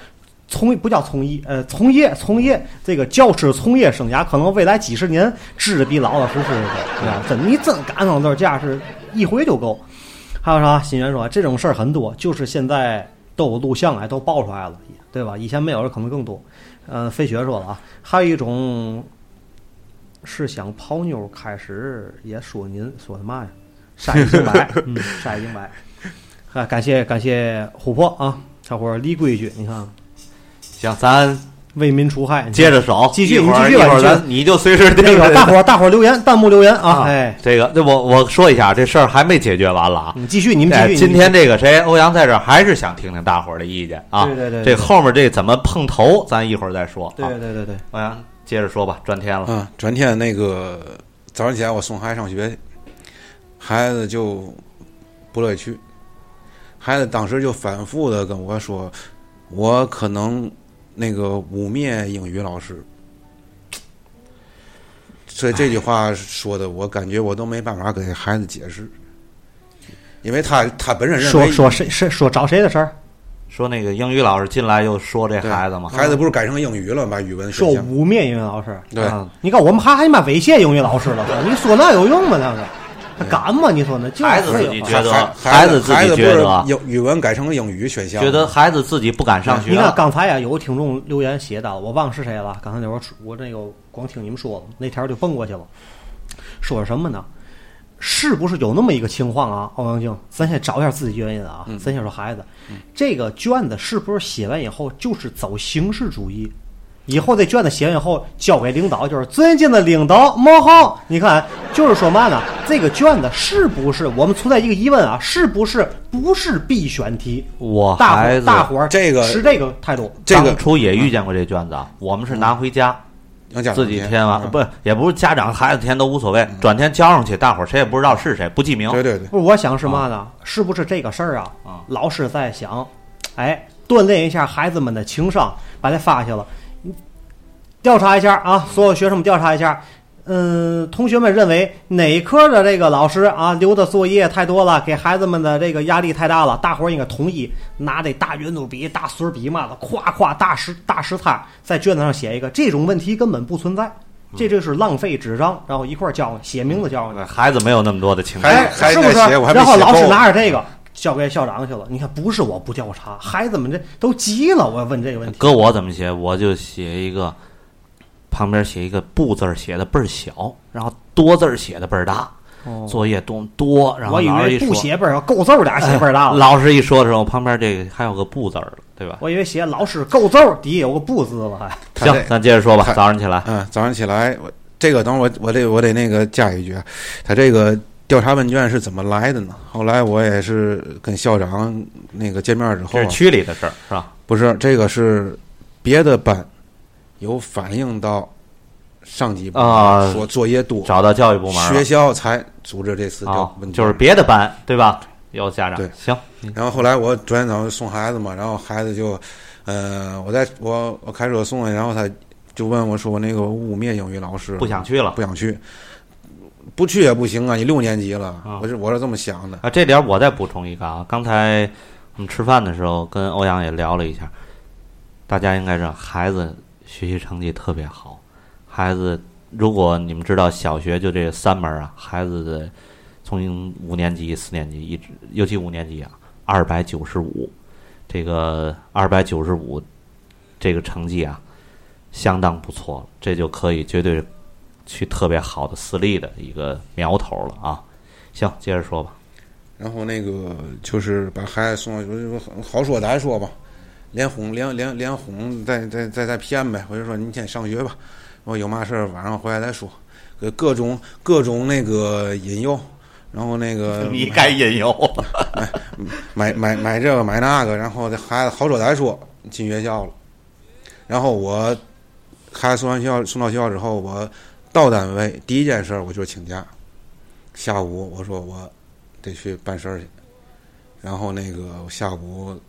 从不叫从医，呃，从业从业这个教师从业生涯，可能未来几十年治的比老老实实的，对吧？真你真赶上这架势，一回就够。还有啥？新源说这种事儿很多，就是现在都有录像哎，都爆出来了，对吧？以前没有的可能更多。嗯、飞雪说了啊，还有一种是想泡妞开始也说您说的嘛呀？杀一儆 [laughs] 百，嗯，杀一儆百。啊，感谢感谢琥珀啊，小伙儿立规矩，你看行，咱为民除害，你看接着手，继续一会儿你一继续吧会儿你继续咱你就随时那盯个着大伙儿大伙儿留言弹幕留言啊，哎，这个，那我我说一下，这事儿还没解决完了啊。你继续，你们哎，嗯继续。今你们天这个谁，欧阳在这儿还是想听听大伙儿的意见啊。对对对对这后面这怎么碰头，咱一会儿再说。啊继续对对对对对，欧阳接着说吧，转天了。啊，转天那个早上起来我送孩子上学去，孩子就不乐意去，孩子当时就反复的跟我说，我可能那个污蔑英语老师。所以这句话说的，我感觉我都没办法给孩子解释，因为他他本身认说为说谁谁说找谁的事儿？说那个英语老师进来又说这对孩子嘛，孩子不是改成英语了吗？语文说选项污蔑英语老师，对啊你看我们还还骂猥亵英语老师 [laughs] 了，你说那有用吗？那个他敢吗？你说那就是孩子自己这觉样得孩孩子自己孩子不觉是得啊英语文改成英语选项，觉得孩子自己不敢上学你看了。刚才呀，有个听众留言写到，我忘是谁了。刚才那会儿我那个光听你们说了，那条就蹦过去了，说什么呢？是不是有那么一个情况啊？欧阳靖，咱先找一下自己原因啊。嗯咱先说孩子，这个卷子是不是写完以后就是走形式主义？以后这卷子写完以后交给领导，就是尊敬的领导莫浩。你看，就是说嘛呢？这个卷子是不是我们存在一个疑问啊？是不是不是必选题？我大伙孩儿子大伙儿这个持这个态度，这个嗯当初也遇见过这卷子，啊，我们是拿回家让家长自己填填完，嗯不是也不是家长孩子填都无所谓，转天交上去，大伙儿谁也不知道是谁，不记名。对对对，不是，我想是嘛呢？是不是这个事儿啊？啊老师在想，哎，锻炼一下孩子们的情商，把它发下了。调查一下啊，所有学生们调查一下。嗯，同学们认为哪科的这个老师啊留的作业太多了，给孩子们的这个压力太大了？大伙儿应该同意，拿这大圆珠笔、大水笔嘛的，夸夸大石大石擦在卷子上写一个，这种问题根本不存在，这就是浪费纸张，然后一块儿交上去，写名字交上去。呃孩子没有那么多的情绪。还哎，还 [laughs] 是不在是？写我还没然后写老师够拿着这个交给校长去了。你看，不是我不调查，孩子们这都急了，我要问这个问题。搁我怎么写？我就写一个，旁边写一个“不”字儿写的倍儿小，然后“多”字儿写的倍儿大，哦作业多多。然后我以老师为一不说，写辈儿够揍 [laughs] 俩写辈儿大了，老师一说的时候，旁边这个还有个“不”字儿了，对吧？我以为写老师够揍底下有个不字了，还他行这，咱接着说吧。看早上起来，啊，早上起来，我这个等会儿我我得我得那个加一句啊，他这个调查问卷是怎么来的呢？后来我也是跟校长那个见面之后这啊、是区里的事儿，是吧？不是这个是别的班有反映到上级部门啊说作业多，找到教育部门了学校才组织这次啊调问，卷，就是别的班，对吧？有家长对行，然后后来我转天早上送孩子嘛，然后孩子就，呃，我在我我开车送的，然后他就问我说：“那个污蔑英语老师不想去了不想去，不去也不行啊！你六年级了，啊我是我是这么想的。啊，这点我再补充一个啊，刚才我们吃饭的时候跟欧阳也聊了一下，大家应该知道孩子学习成绩特别好，孩子如果你们知道小学就这三门啊，孩子的从五年级、四年级一直，尤其五年级啊，二百九十五，这个二百九十五这个成绩啊，相当不错了，这就可以绝对去特别好的私立的一个苗头了啊。行，接着说吧。然后那个就是把孩子送，我就好说歹说吧，连哄连连连哄，再再再再骗呗。我就说你先上学吧，我有嘛事儿晚上回来再说。各各种各种那个引诱，然后那 [laughs] 个你该引诱。 [laughs] 买买买这个买那个，然后这孩子好说歹说进学校了。然后我孩子送完学校送到学校之后，我到单位第一件事儿我就是请假。下午我说我得去办事儿去，然后那个我下午，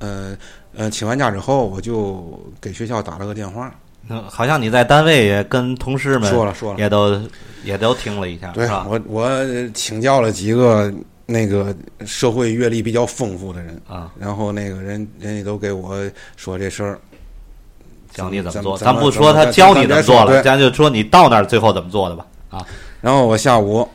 嗯、呃、嗯，请完假之后我就给学校打了个电话，嗯好像你在单位也跟同事们说了说了也都也都听了一下，对啊是吧？我我请教了几个那个社会阅历比较丰富的人，啊，然后那个人人家都给我说这事儿。教你怎么咱做，咱咱们不说咱他们教你怎么做了，对咱就说你到那儿最后怎么做的吧。啊，然后我下午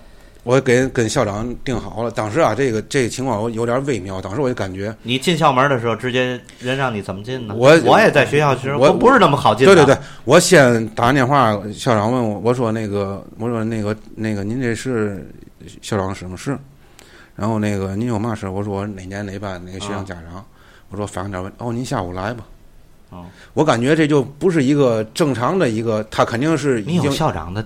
我给跟校长定好了，当时啊这个这个情况我有点微妙，当时我就感觉，你进校门的时候，直接人让你怎么进呢？我我也在学校时，我不是那么好进对的。对对，，我先打完电话，校长问我，我说那个我说那个那个您这是校长室吗？是。然后那个您有嘛事？我说我哪年哪班哪个学啊生家长，我说反映点问，哦您下午来吧。哦我感觉这就不是一个正常的一个，他肯定是你已有经校长的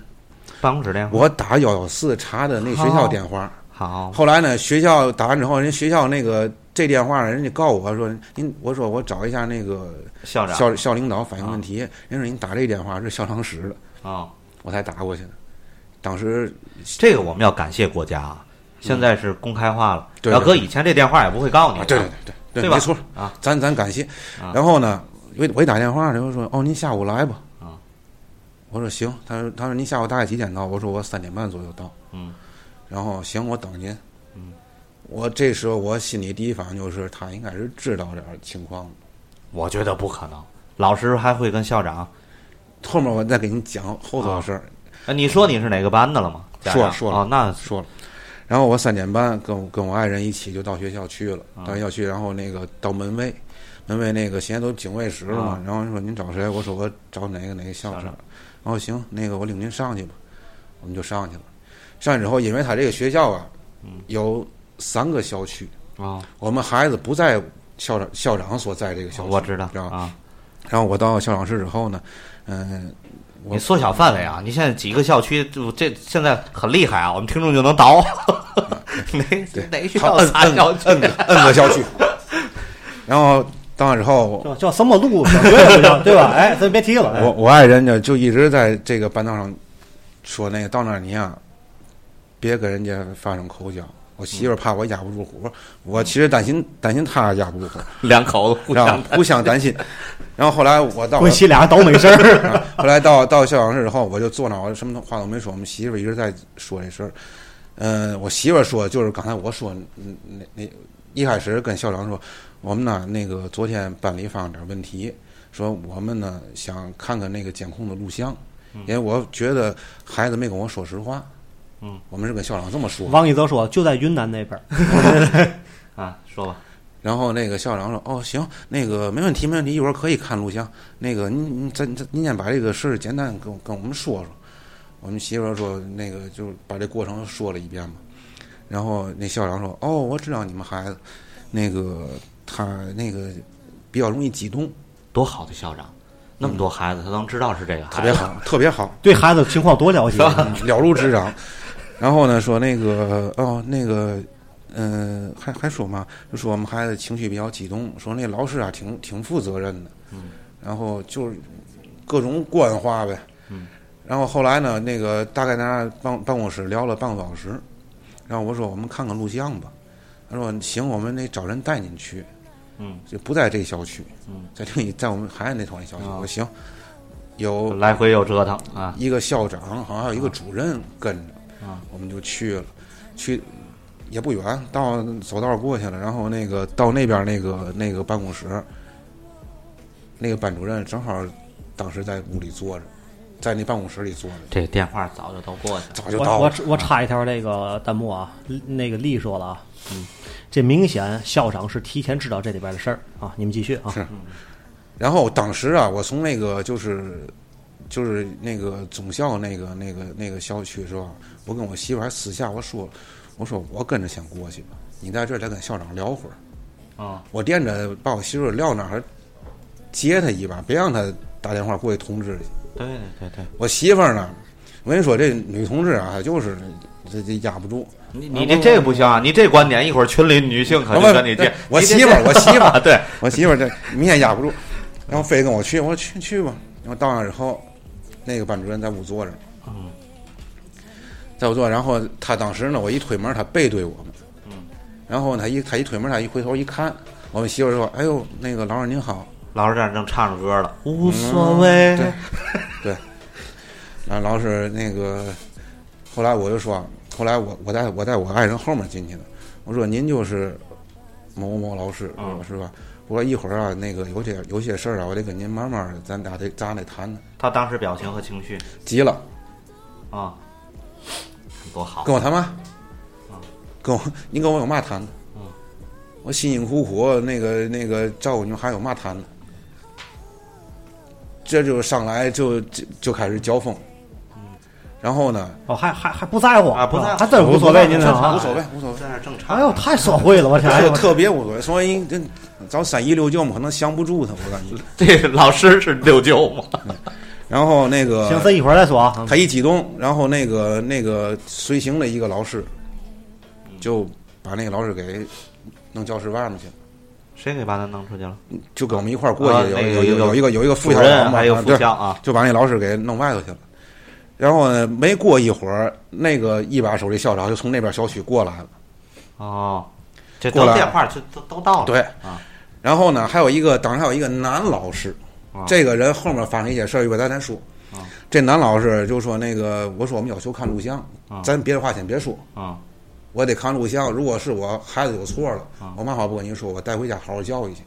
办公室电话。我打幺幺四查的那学校电话，好，后来呢，学校打完之后，人学校那个这电话，人家告我说您，我说我找一下那个校长校校领导反映问题，人说您打这电话是校长室的，啊，我才打过去的。当时这个我们要感谢国家啊，现在是公开化了。嗯对要对搁以前这电话也不会告你啊的。，对对对对对吧没错啊，咱咱感谢啊。然后呢，我一我一打电话，他就说哦，您下午来吧。啊，我说行，他说他说您下午大概几点到？我说我三点半左右到。嗯，然后行，我等您。嗯，我这时候我心里第一反应就是他应该是知道点儿情况的。我觉得不可能。老师还会跟校长后面我再给你讲后头的事儿，哎，你说你是哪个班的了吗？家说长了说了啊、那说了。然后我三点半跟我跟我爱人一起就到学校去了，啊到学校去，然后那个到门卫，门卫那个现在都警卫室了嘛，然后说您找谁？我说我找哪个哪个校啊校长长。然后行，那个我领您上去吧，我们就上去了。上去之后，因为他这个学校啊，嗯有三个校区，啊、我们孩子不在校长校长所在这个校区，我知道知道吧啊。然后我到校长室之后呢，嗯、我你缩小范围啊！你现在几个校区，就这现在很厉害啊！我们听众就能 [laughs] 倒哪哪学好校摁仨校区？摁个摁个校区。然后到那之后，叫叫什么路小队不叫对 [laughs] 吧？哎，咱别提了，哎我我爱人家就一直在这个班道上说那个到那儿你呀，别跟人家发生口角。我媳妇儿怕我压不住火，我其实担心担心她压不住火，两口子互然相后互相担心。然后后来我到回去俩人都没事儿。 [laughs] 啊 [laughs] 后来到到校长室以后，我就坐那儿，我什么话都没说。我们媳妇儿一直在说这事儿。嗯、我媳妇儿说，就是刚才我说，嗯那那一开始跟校长说，我们呢那个昨天班里发生点问题，说我们呢想看看那个监控的录像，因为我觉得孩子没跟我说实话。嗯，我们是跟校长这么说的。王一泽说，就在云南那边儿， [laughs] 啊，说吧，然后那个校长说：“哦，行，那个没问题，没问题，一会儿可以看录像。那个您您咱咱您先把这个事儿简单地跟我跟我们说说。”我们媳妇儿说：“那个就是把这过程说了一遍嘛。”然后那校长说：“哦，我知道你们孩子，那个他那个比较容易激动，多好的校长，那么多孩子，他能知道是这个孩子，特别好，特别好。”对孩子情况多 [laughs] 了解，了如指掌。然后呢，说那个哦，那个，嗯、还还说嘛，就说我们孩子情绪比较激动，说那老师啊挺挺负责任的，然后就是各种官话呗，然后后来呢，那个大概咱俩办办公室聊了半个多小时，然后我说我们看看录像吧，他说行，我们得找人带您去，嗯，就不在这小区，嗯，在另一在我们孩子那头一小区，啊我说行，有来回又折腾啊，一个校长，好像还有一个主任跟着，啊我们就去了，去也不远，到走道过去了，然后那个到那边那个那个办公室，那个班主任正好当时在屋里坐着，在那办公室里坐着，这电话早就都过去了，早就我到我了。我插一条那个弹幕啊，那个丽说了啊，嗯，这明显校长是提前知道这里边的事儿啊，你们继续啊，是然后当时啊，我从那个就是就是那个总校那个那个那个校区是吧？我跟我媳妇还私下我说，我说我跟着先过去吧，你在这儿再跟校长聊会儿。啊，我惦着把我媳妇儿撂那儿，接她一把，别让她打电话过去通知去。对对对，我媳妇儿呢，我跟你说，这女同志啊，她就是这这压不住。你你这这个不行啊，你这观点一会儿群里女性可我就跟你这，我你这媳妇儿，我媳妇 [laughs] 儿，对， [laughs] 我媳妇儿这明显压不住，然后非跟我去，我说去去吧。然后到那儿以后，那个班主任在屋坐着，在屋坐着。然后他当时呢，我一推门，他背对我们，然后他一他一推门，他一回头一看，我们媳妇儿说：“哎呦，那个老师您好。”老师这儿正唱着歌了，嗯无所谓，然后老师那个，后来我就说，后来我我带我带我爱人后面进去的，我说您就是某某老师，嗯是吧？我说一会儿啊，那个有些有些事儿啊，我得跟您慢慢儿咱俩得咱俩得谈呢。他当时表情和情绪急了，啊，多好，跟我谈吧，跟我 [laughs] 您跟我有嘛谈的？我辛辛苦苦那个那个照顾你们还有嘛谈的？这就上来就就就开始交锋，然后呢，哦，还还还不在乎啊不在乎啊是吧还真无所谓，您这无啊，所谓无所谓。在那儿正唱，哎呦，太社会了，我天，哎就呦特别无所谓，所以这找三一六舅嗯们可能降不住他，我感觉。这老师是六舅吗？然后那个行，咱一会儿再说啊，他一激动，然后那个那个随行的一个老师，就把那个老师给弄教室外面去了，谁给把他弄出去了？就跟我们一块儿过去，啊那有个有有一个有一个副主校任长嘛，还有啊副对校啊，就把那老师给弄外头去了。然后呢，没过一会儿，那个一把手的校长就从那边小区过来了。哦，这过都来电话就都都到了，对啊，然后呢，还有一个，当时还有一个男老师，啊这个人后面发生一些事儿，一会儿咱再说。这男老师就说：“那个，我说我们要求看录像，啊咱别的话先别说，啊我得看录像。如果是我孩子有错了，啊我嘛话不跟您说，我带回家好好教育去。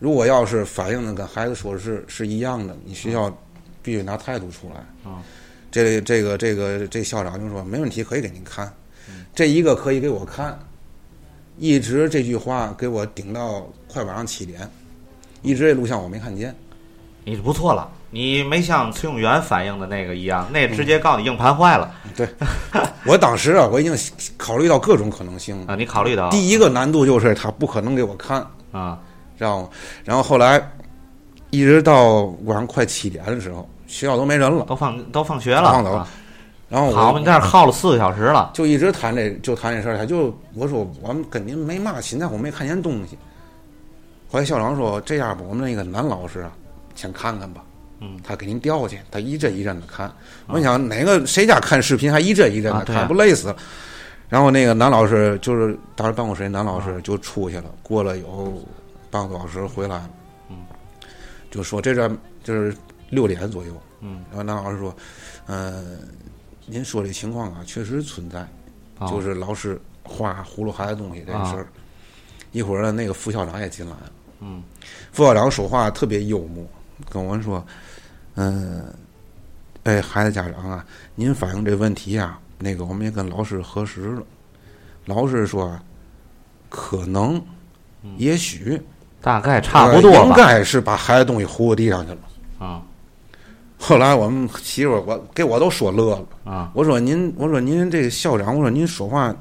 如果要是反映的跟孩子说是是一样的，你学校必须拿态度出来。啊这这个这个这校长就说没问题，可以给您看，嗯这一个可以给我看，一直这句话给我顶到快晚上七点，一直这录像我没看见。你不错了，你没像崔永元反映的那个一样，那直接告诉你硬盘坏了对，我当时啊，我已经考虑到各种可能性啊！了。你考虑到嗯第一个难度就是他不可能给我看，啊，知道吗？然后后来一直到晚上快七点的时候，学校都没人了，都放都放学了，放了啊然后好嘛，我你在那儿耗了四个小时了，就一直谈这就谈这事儿，他就我说我们跟您没嘛，现在我没看见东西。后来校长说这样吧，我们那个男老师啊，先看看吧，嗯，他给您调去，他一帧一帧的看。我想哪个谁家看视频还一帧一帧啊的对看，啊不累死了。然后那个男老师就是当时办公室那男老啊师就出去了，过了有半个多小时回来了，嗯，就说这阵就是六点左右，嗯，然后男老师说，呃，您说这情况啊确实存在，啊就是老师画葫芦孩子东西这个事儿。一会儿呢，那个副校长也进来了。嗯，副校长说话特别幽默，跟我们说：“嗯、哎，孩子家长啊，您反映这问题啊，那个我们也跟老师核实了。老师说，可能，也许大概嗯差不多应吧。该是把孩子东西糊我地上去了。啊后来我们媳妇儿我给我都说乐了，啊我说您我说您这个校长我说您说话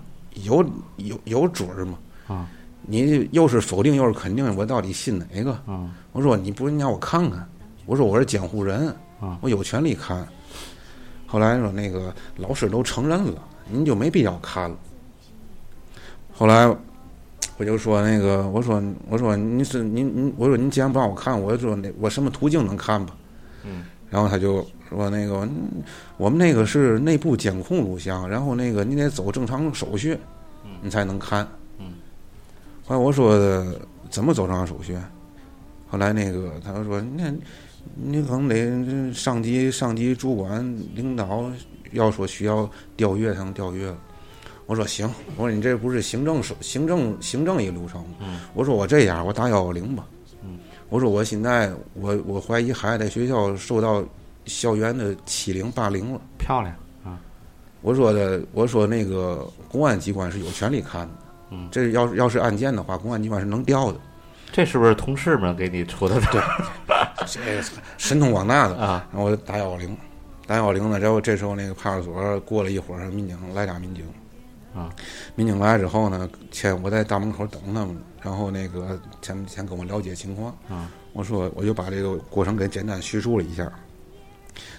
有有有准儿吗？啊你又是否定又是肯定，我到底信哪个？啊我说你不应该我看看，我说我是监护人啊，我有权利看。后来说那个老师都承认了，您就没必要看了。后来我就说那个，我说我说您是您您，我说您既然不让我看，我就说那我什么途径能看吧？嗯，然后他就说那个嗯我们那个是内部监控录像，然后那个你得走正常手续，你才能看。嗯，后来我说呃怎么走正常手续？后来那个他说那。你可能得上级、上级主管、领导要说需要调阅，才能调阅了。我说行，我说你这不是行政手、行政、行政一流程吗？嗯我说我这样，我打幺幺零吧。嗯我说我现在我我怀疑孩子在学校受到校园的欺凌霸凌了。漂亮啊我说的，我说那个公安机关是有权利看的。嗯这要是要是案件的话，公安机关是能调的，这是不是同事们给你出的？对这个神通广大的。啊然后我就打幺幺零，打幺幺零呢，然后这时候那个派出所过了一会儿，民警来俩民警，啊，民警来之后呢，先我在大门口等他们，然后那个先先跟我了解情况，啊，我说我就把这个过程给简单叙述了一下，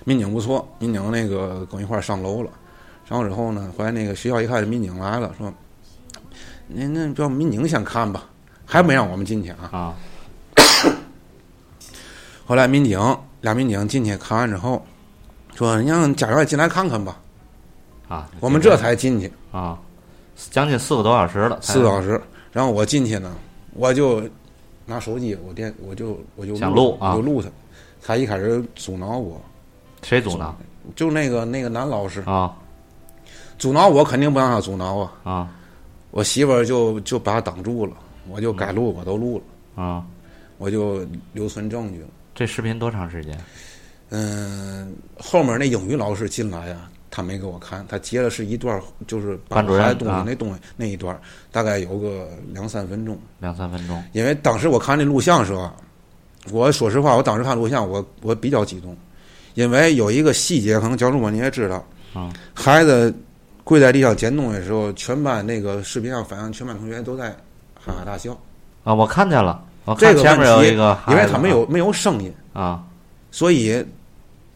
民警不错，民警那个跟我一块儿上楼了，上楼之后呢，后来那个学校一看民警来了，说，您那叫民警先看吧，还没让我们进去啊，啊后来民警俩民警进去看完之后，说你让家长也进来看看吧。啊！我们这才进去哎啊，将近四个多小时了，才四个小时，然后我进去呢，我就拿手机，我电我就我就想录录啊我就录他，他一开始阻挠我，谁阻挠就那个那个男老师啊阻挠我，肯定不让他阻挠啊，啊我媳妇儿就就把他挡住了，我就该录我都录了，啊！我就留存证据了。这视频多长时间？嗯，后面那英语老师进来呀、他没给我看，他截的是一段，就是把班主任孩子东西啊那东西那一段，大概有个两三分钟。两三分钟因为当时我看那录像的时候啊，我说实话，我当时看录像，我我比较激动，因为有一个细节，可能教主播你也知道，嗯孩子跪在地上捡东西的时候，全班那个视频上反映，全班同学都在哈哈大笑，啊！我看见了，我这看个前面有问一题个因为孩子他没有没有声音，啊所以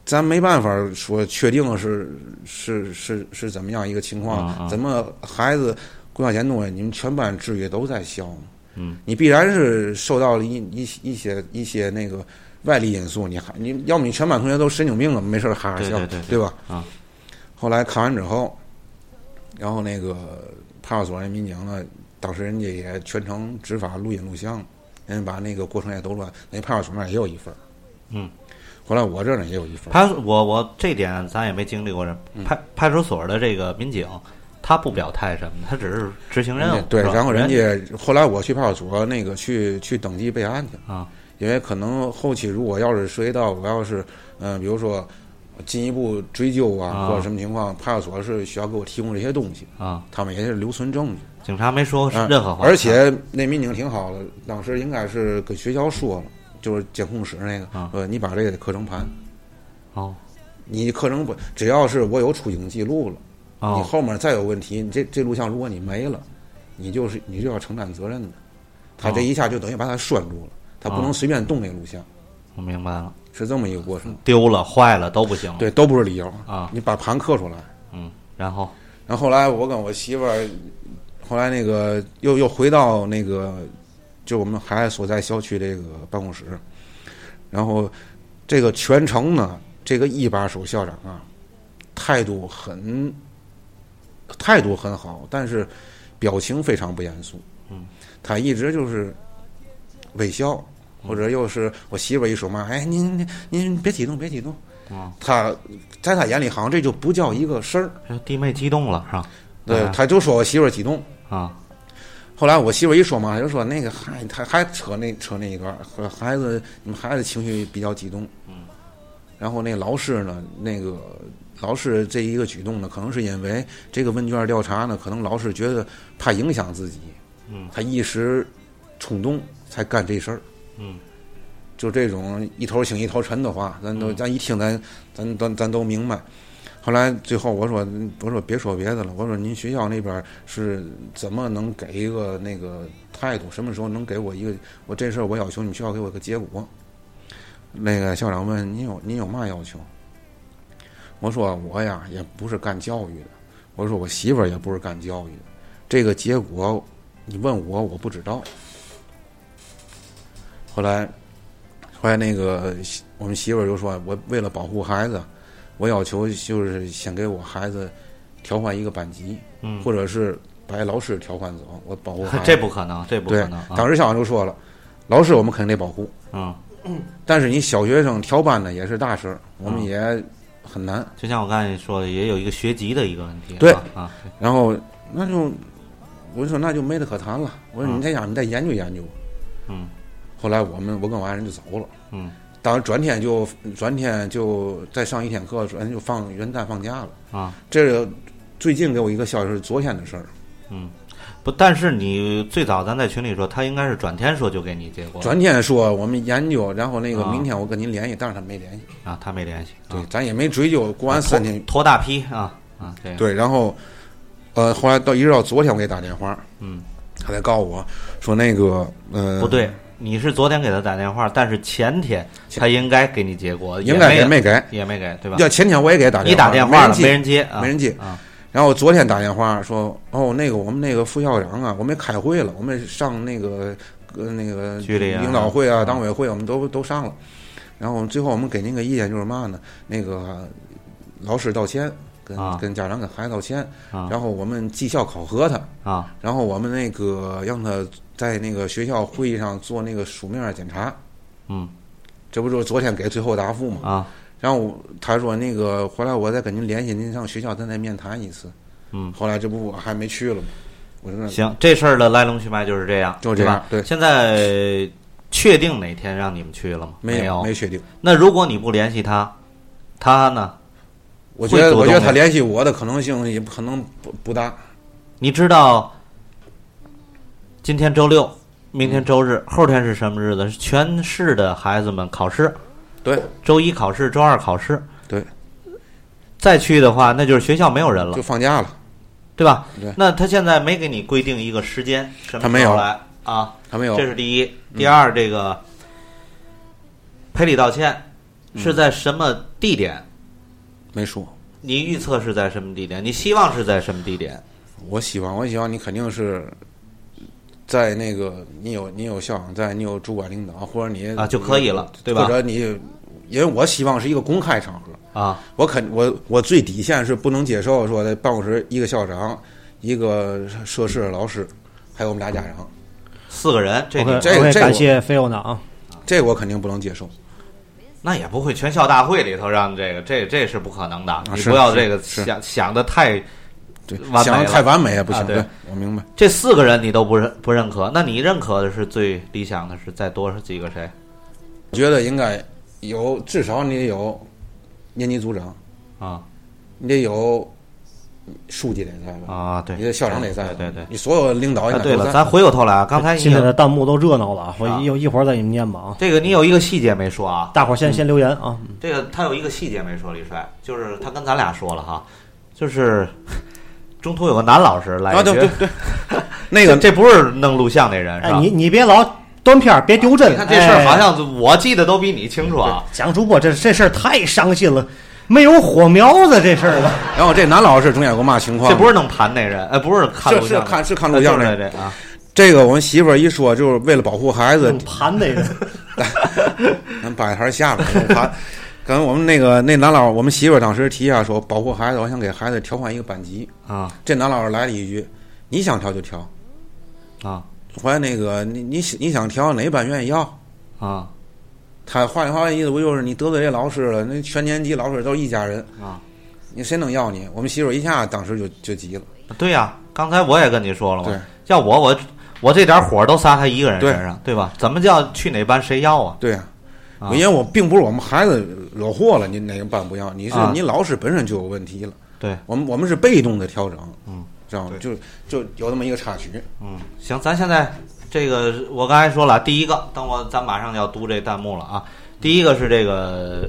咱没办法说确定是是是是怎么样一个情况，嗯嗯怎么孩子跪下捡东西，你们全班至于都在笑吗？嗯你必然是受到了一一一些一些那个外力因素，你还你要么你全班同学都神经病了，没事儿哈哈笑，对对对对吧？啊。后来看完之后，然后那个派出所那民警呢，当时人家也全程执法录音录像，人家把那个过程也都乱，那派出所那儿也有一份儿嗯。后来我这儿呢也有一份儿派出我我这点咱也没经历过这嗯派派出所的这个民警，他不表态什么的，他只是执行任人务家。嗯对，啊是吧然后人家后来我去派出所那个去去登记备案去了。啊因为可能后期如果要是涉及到我要是嗯、呃比如说进一步追究啊，啊或者什么情况，派出所是需要给我提供这些东西，啊，他们也是留存证据，警察没说啊任何话，而且那民警挺好的，当时应该是跟学校说了，就是监控室那个，啊呃，你把这个课程盘，哦你课程不只要是我有出警记录了，你哦后面再有问题，你这这录像如果你没了，你就是你就要承担责任的。他这一下就等于把他拴住了，他不哦能随便动那录像，我明白了，是这么一个过程。丢了坏了都不行了。对，都不是理由啊你把盘刻出来。嗯，然后然后后来我跟我媳妇儿，后来那个又又回到那个，就我们孩子所在校区这个办公室，然后这个全程呢，这个一把手校长啊，态度很态度很好，但是表情非常不严肃。嗯，他一直就是微笑，或者又是我媳妇儿一说嘛，哎，您您您别激动，别激动。啊，他在他眼里好像这就不叫一个事儿。这弟妹激动了是吧？对啊，他就说我媳妇儿激动。啊后来我媳妇儿一说嘛，他就说那个还他还扯那扯那一段儿，说孩子你们孩子情绪比较激动。嗯。然后那老师呢，那个老师这一个举动呢，可能是因为这个问卷调查呢，可能老师觉得怕影响自己，嗯他一时冲动才干这事儿。嗯就这种一头醒一头沉的话，咱都嗯咱一听咱咱咱咱都明白。后来最后我说我说别说别的了，我说您学校那边是怎么能给一个那个态度？什么时候能给我一个我这事儿我要求你们学校给我个结果？那个校长问您有您有嘛要求？我说我呀也不是干教育的，我说我媳妇儿也不是干教育的，这个结果你问我我不知道。后来后来那个媳我们媳妇儿就说，我为了保护孩子，我要求就是先给我孩子调换一个班级，嗯，或者是把老师调换走，我保护孩子。 [laughs] 这不可能，这不对可能，啊！当时校长就说了，老师我们肯定得保护，嗯，但是你小学生调班呢也是大事儿，我们嗯也很难。就像我刚才说的，也有一个学籍的一个问题，对啊啊，然后那就我就说那就没得可谈了，我说嗯你在家你再研究研究。嗯后来我们我跟我爱人就走了。嗯当时转天就转天就再上一天课，转天就放元旦放假了。啊。这个最近给我一个消息是昨天的事儿，不，但是你最早咱在群里说，他应该是转天说就给你结果转天说我们研究，然后那个哦啊明天我跟您联系，但是他没联系，啊，他没联系，对啊，咱也没追究。过完三天，拖大批啊啊，这样，对，然后呃，后来到一直到昨天我给他打电话，嗯，他才告诉我说那个呃不，对，你是昨天给他打电话，但是前天他应该给你结果，应该也没给，也没给，对吧？要前天我也给他打你电话，打电话了，没没人人接。接，啊没人接啊，然后我昨天打电话说哦，那个我们那个副校长啊，我们开会了，我们上那个呃那个局里啊领导会啊、嗯党委会，我们都都上了。然后最后我们给您个意见就是嘛呢？那个老师道歉，跟、啊跟家长跟孩子道歉，啊然后我们绩效考核他，啊然后我们那个让他在那个学校会议上做那个书面检查。嗯这不就是昨天给最后答复吗？啊然后我他说那个回来我再跟您联系，您上学校咱再面谈一次。嗯。后来这不我还没去了吗？我说那行，这事儿的来龙去脉就是这样，就这样对吧对现在确定哪天让你们去了吗？没有。没确定。那如果你不联系他，他呢？我觉得会主动我觉得他的联系我的可能性也可能不不大。你知道，今天周六，明天周日，后天是什么日子？是全市的孩子们考试，对，周一考试，周二考试。对，再去的话，那就是学校没有人了就，放假了，对吧？对那他现在没给你规定一个时间，什么时候他没有来啊？他没有嗯这是第一。第二，这个赔礼道歉嗯是在什么地点？没说。你预测是在什么地点？你希望是在什么地点？我希望，我希望你肯定是在那个你有你有校长在，你有主管领导，或者你啊就可以了对吧或者你，因为我希望是一个公开场合，啊，我肯我我最底线是不能接受说在办公室一个校长、一个涉事的老师，还有我们俩家长，四个人，这 OK，你这个 OK，这个感我谢菲欧娜啊。这我肯定不能接受。那也不会全校大会里头让这个，这这是不可能的。你啊是不要这个是是想想的太，对完，美想的了太完美也不行。啊对对，我明白。这四个人你都不认不认可，那你认可的是最理想的是再多几个谁我觉得应该有，至少你得有年级组长，啊你得有书记得在吧？啊？对，你的校长得在吧，对对对。你所有领导应啊，该对都了，在。咱回过头来啊，刚才现你在有的弹幕都热闹了啊，我啊一一会儿再给你们念吧啊。这个你有一个细节没说啊，大伙儿先先留言啊，嗯这个他有一个细节没说，李帅，就是他跟咱俩说了哈，就是 [laughs] 中途有个男老师来啊，对学对对，这那个这不是弄录像那人是哎吧？，你你别老端片儿，别丢针。你看这事儿哎好像我记得都比你清楚啊。蒋主播这这事儿太伤心了，没有火苗子这事儿了。然后这男老师中间有个嘛情况？这不是能盘那人，呃，不是看是录是像的，看是看录像呃的就是这啊，这个，我们媳妇儿一说，就是为了保护孩子嗯用，盘那个，咱把台下了，[laughs] 我怕。跟我们那个那男老，我们媳妇儿当时提啊，说保护孩子，我想给孩子调换一个班级。啊这男老师来了一句：“你想调就调。啊”后来那个你你你想调哪班愿意要？啊他话里话外意思不就是你得罪这老师了？那全年级老师都一家人，啊！你谁能要你？我们媳妇儿一下当时就就急了。对呀、刚才我也跟你说了对嘛，要我我我这点火都撒他一个人对身上，对吧？怎么叫去哪班谁要啊？对呀、啊因为我并不是我们孩子惹祸了，你哪个班不要？你是、啊你老师本身就有问题了。对，我们我们是被动的调整，嗯，知道吗？就就有那么一个插曲。嗯，行，咱现在这个我刚才说了，第一个，等我咱马上要读这弹幕了啊。第一个是这个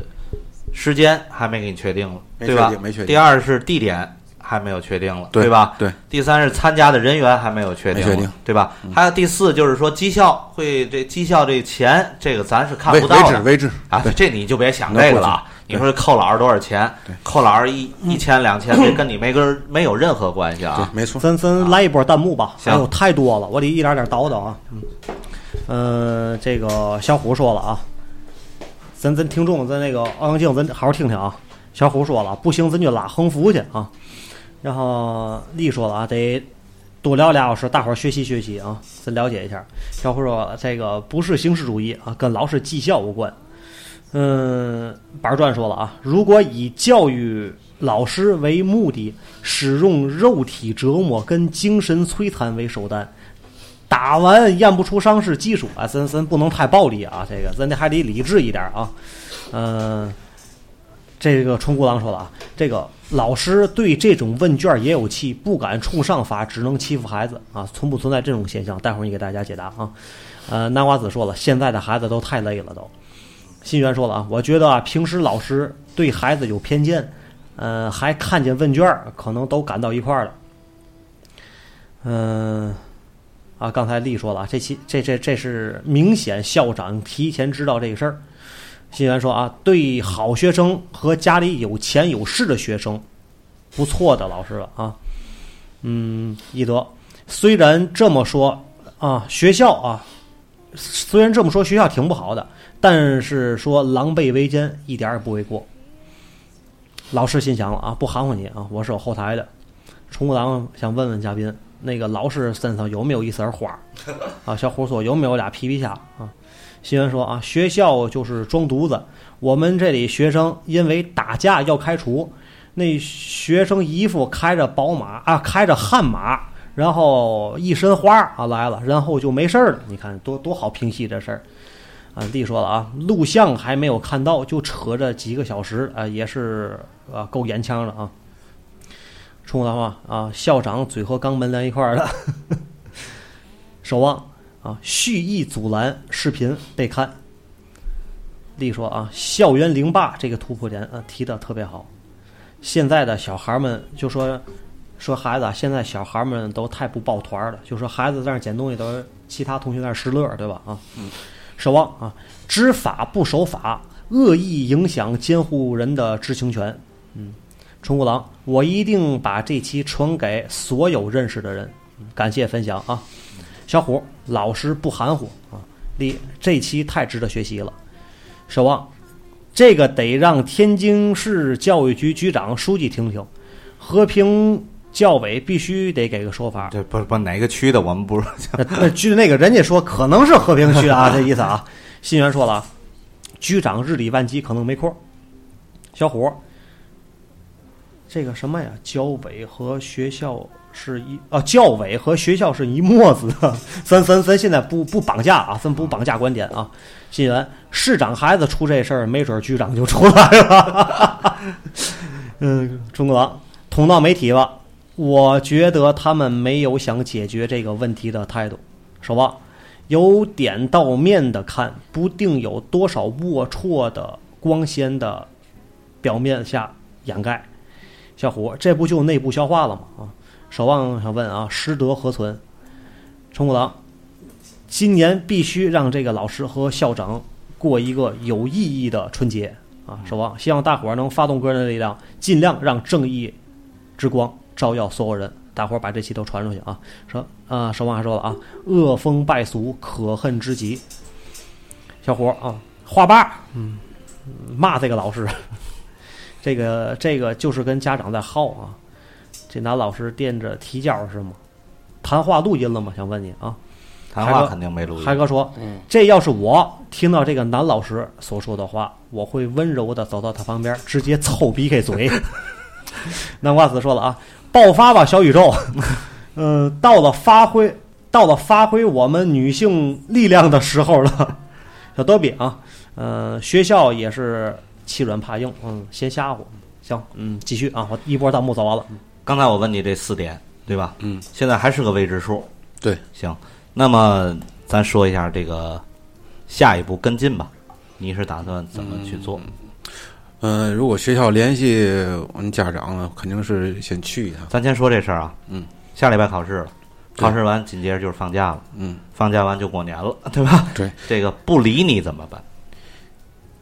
时间还没给你确定了，没对吧确？定没确定第二是地点还没有确定了，对吧？对。第三是参加的人员还没有确定了，没确定嗯对吧？还有第四就是说绩效会这绩效这钱这个咱是看为不为到止的为止啊对，这你就别想那这不个了行啊。你说扣老师多少钱？扣老师一一千两千，这跟你没根儿没有任何关系啊。对，没错。咱咱来一波弹幕吧，行哎呦，太多了，我得一点点倒腾啊。嗯，呃，这个小虎说了啊，咱咱听众咱那个奥阳镜，咱好好听听啊。小虎说了，不行咱就拉横幅去啊。然后丽说了啊，得多聊俩小时，大伙儿学习学习啊，咱了解一下。小虎说这个不是形式主义啊，跟老师绩效无关。嗯，板砖说了啊，如果以教育老师为目的，使用肉体折磨跟精神摧残为手段，打完验不出伤势技术啊，咱咱不能太暴力啊，这个咱得还得理智一点啊。嗯、这个春姑郎说了啊，这个老师对这种问卷也有气，不敢冲上法，只能欺负孩子啊，存不存在这种现象？待会儿你给大家解答啊。呃，南瓜子说了，现在的孩子都太累了都。新源说了啊，我觉得啊，平时老师对孩子有偏见，呃，还看见问卷儿，可能都赶到一块儿了。嗯、啊，刚才丽说了啊，这期这这这是明显校长提前知道这个事儿。新源说啊，对好学生和家里有钱有势的学生，不错的老师了啊。嗯，一德，虽然这么说啊，学校啊，虽然这么说学校挺不好的，但是说狼狈为奸一点儿也不为过。老师心想了啊，不含糊你啊，我是有后台的。宠物狼想问问嘉宾，那个老师身上有没有一丝儿花儿？啊，小胡说有没有俩皮皮虾啊？新闻说啊，学校就是装犊子，我们这里学生因为打架要开除，那学生姨父开着宝马啊，开着悍马，然后一身花儿啊来了，然后就没事儿了。你看多多好平息这事儿。啊，弟说了啊，录像还没有看到，就扯着几个小时啊，也是啊，够严枪了啊。冲他话啊，校长嘴和肛门连一块儿了。 [laughs] 守望啊，蓄意阻拦视频被看。丽说啊，校园零霸这个突破点啊提的特别好。现在的小孩儿们就说说孩子啊，现在小孩儿们都太不抱团儿了，就说孩子在那儿捡东西都是其他同学在那儿拾乐儿，对吧？啊，守望啊，知法不守法，恶意影响监护人的知情权。嗯，春吾郎，我一定把这期传给所有认识的人。嗯感谢分享啊，小虎，老师不含糊啊，李这期太值得学习了。守望，这个得让天津市教育局局长、书记听听，和平教委必须得给个说法。这不不哪个区的，我们不是 [laughs] 那那据那个人家说，可能是和平区啊，这意思啊。新源说了，啊，局长日理万机，可能没空。小伙，这个什么呀？教委和学校是一啊，教委和学校是一墨子的。咱咱咱现在不不绑架啊，咱不绑架观点啊。新源，市长孩子出这事儿，没准儿局长就出来了。 [laughs] 嗯，中国王捅到媒体吧。我觉得他们没有想解决这个问题的态度。守望，由点到面的看，不定有多少龌龊的光鲜的表面下掩盖。小虎，这不就内部消化了吗？啊，守望想问啊，师德何存？陈五郎，今年必须让这个老师和校长过一个有意义的春节啊！守望，希望大伙儿能发动个人的力量，尽量让正义之光照耀所有人。大伙儿把这期都传出去啊！说啊，守望还说了啊，恶风败俗，可恨之极。小伙儿啊，画吧，嗯，骂这个老师， [laughs] 这个这个就是跟家长在耗啊。这男老师垫着提教是吗？谈话录音了吗？想问你啊。谈海话哥肯定没录音。海哥说：“这要是我听到这个男老师所说的话，我会温柔的走到他旁边，直接凑鼻给嘴。” [laughs] 南瓜子说了啊，爆发吧，小宇宙！ [laughs] 嗯，到了发挥，到了发挥我们女性力量的时候了。小多比啊，呃，学校也是欺软怕硬，嗯，先吓唬。行，嗯，继续啊，我一波弹幕走完了。刚才我问你这四点，对吧？嗯，现在还是个未知数。对，行，那么咱说一下这个下一步跟进吧。你是打算怎么去做？嗯，如果学校联系我们家长了，肯定是先去一趟。咱先说这事儿啊。嗯，下礼拜考试了，对考试完紧接着就是放假了，嗯，放假完就过年了， [laughs] 对吧？对，这个不理你怎么办？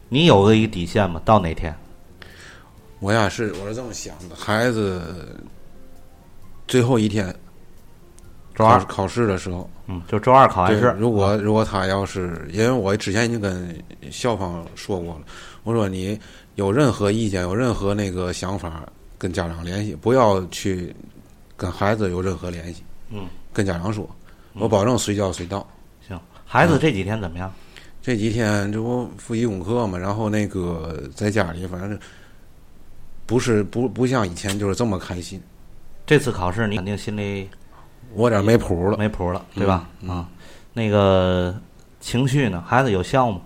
你有个一个底线吗？到哪天？我呀是我是这么想的，孩子最后一天周二考考试的时候，嗯，就周二考完对，试，如果如果他要是，因为我之前已经跟校方说过了，我说你有任何意见，有任何那个想法，跟家长联系，不要去跟孩子有任何联系。嗯，跟家长说，我保证随叫随到。行。孩子这几天怎么样？这几天这不复习功课嘛，然后那个在家里，反正不是不不像以前就是这么开心，这次考试你肯定心里我有点没谱了。没谱了，对吧？嗯嗯啊，那个情绪呢？孩子有笑吗？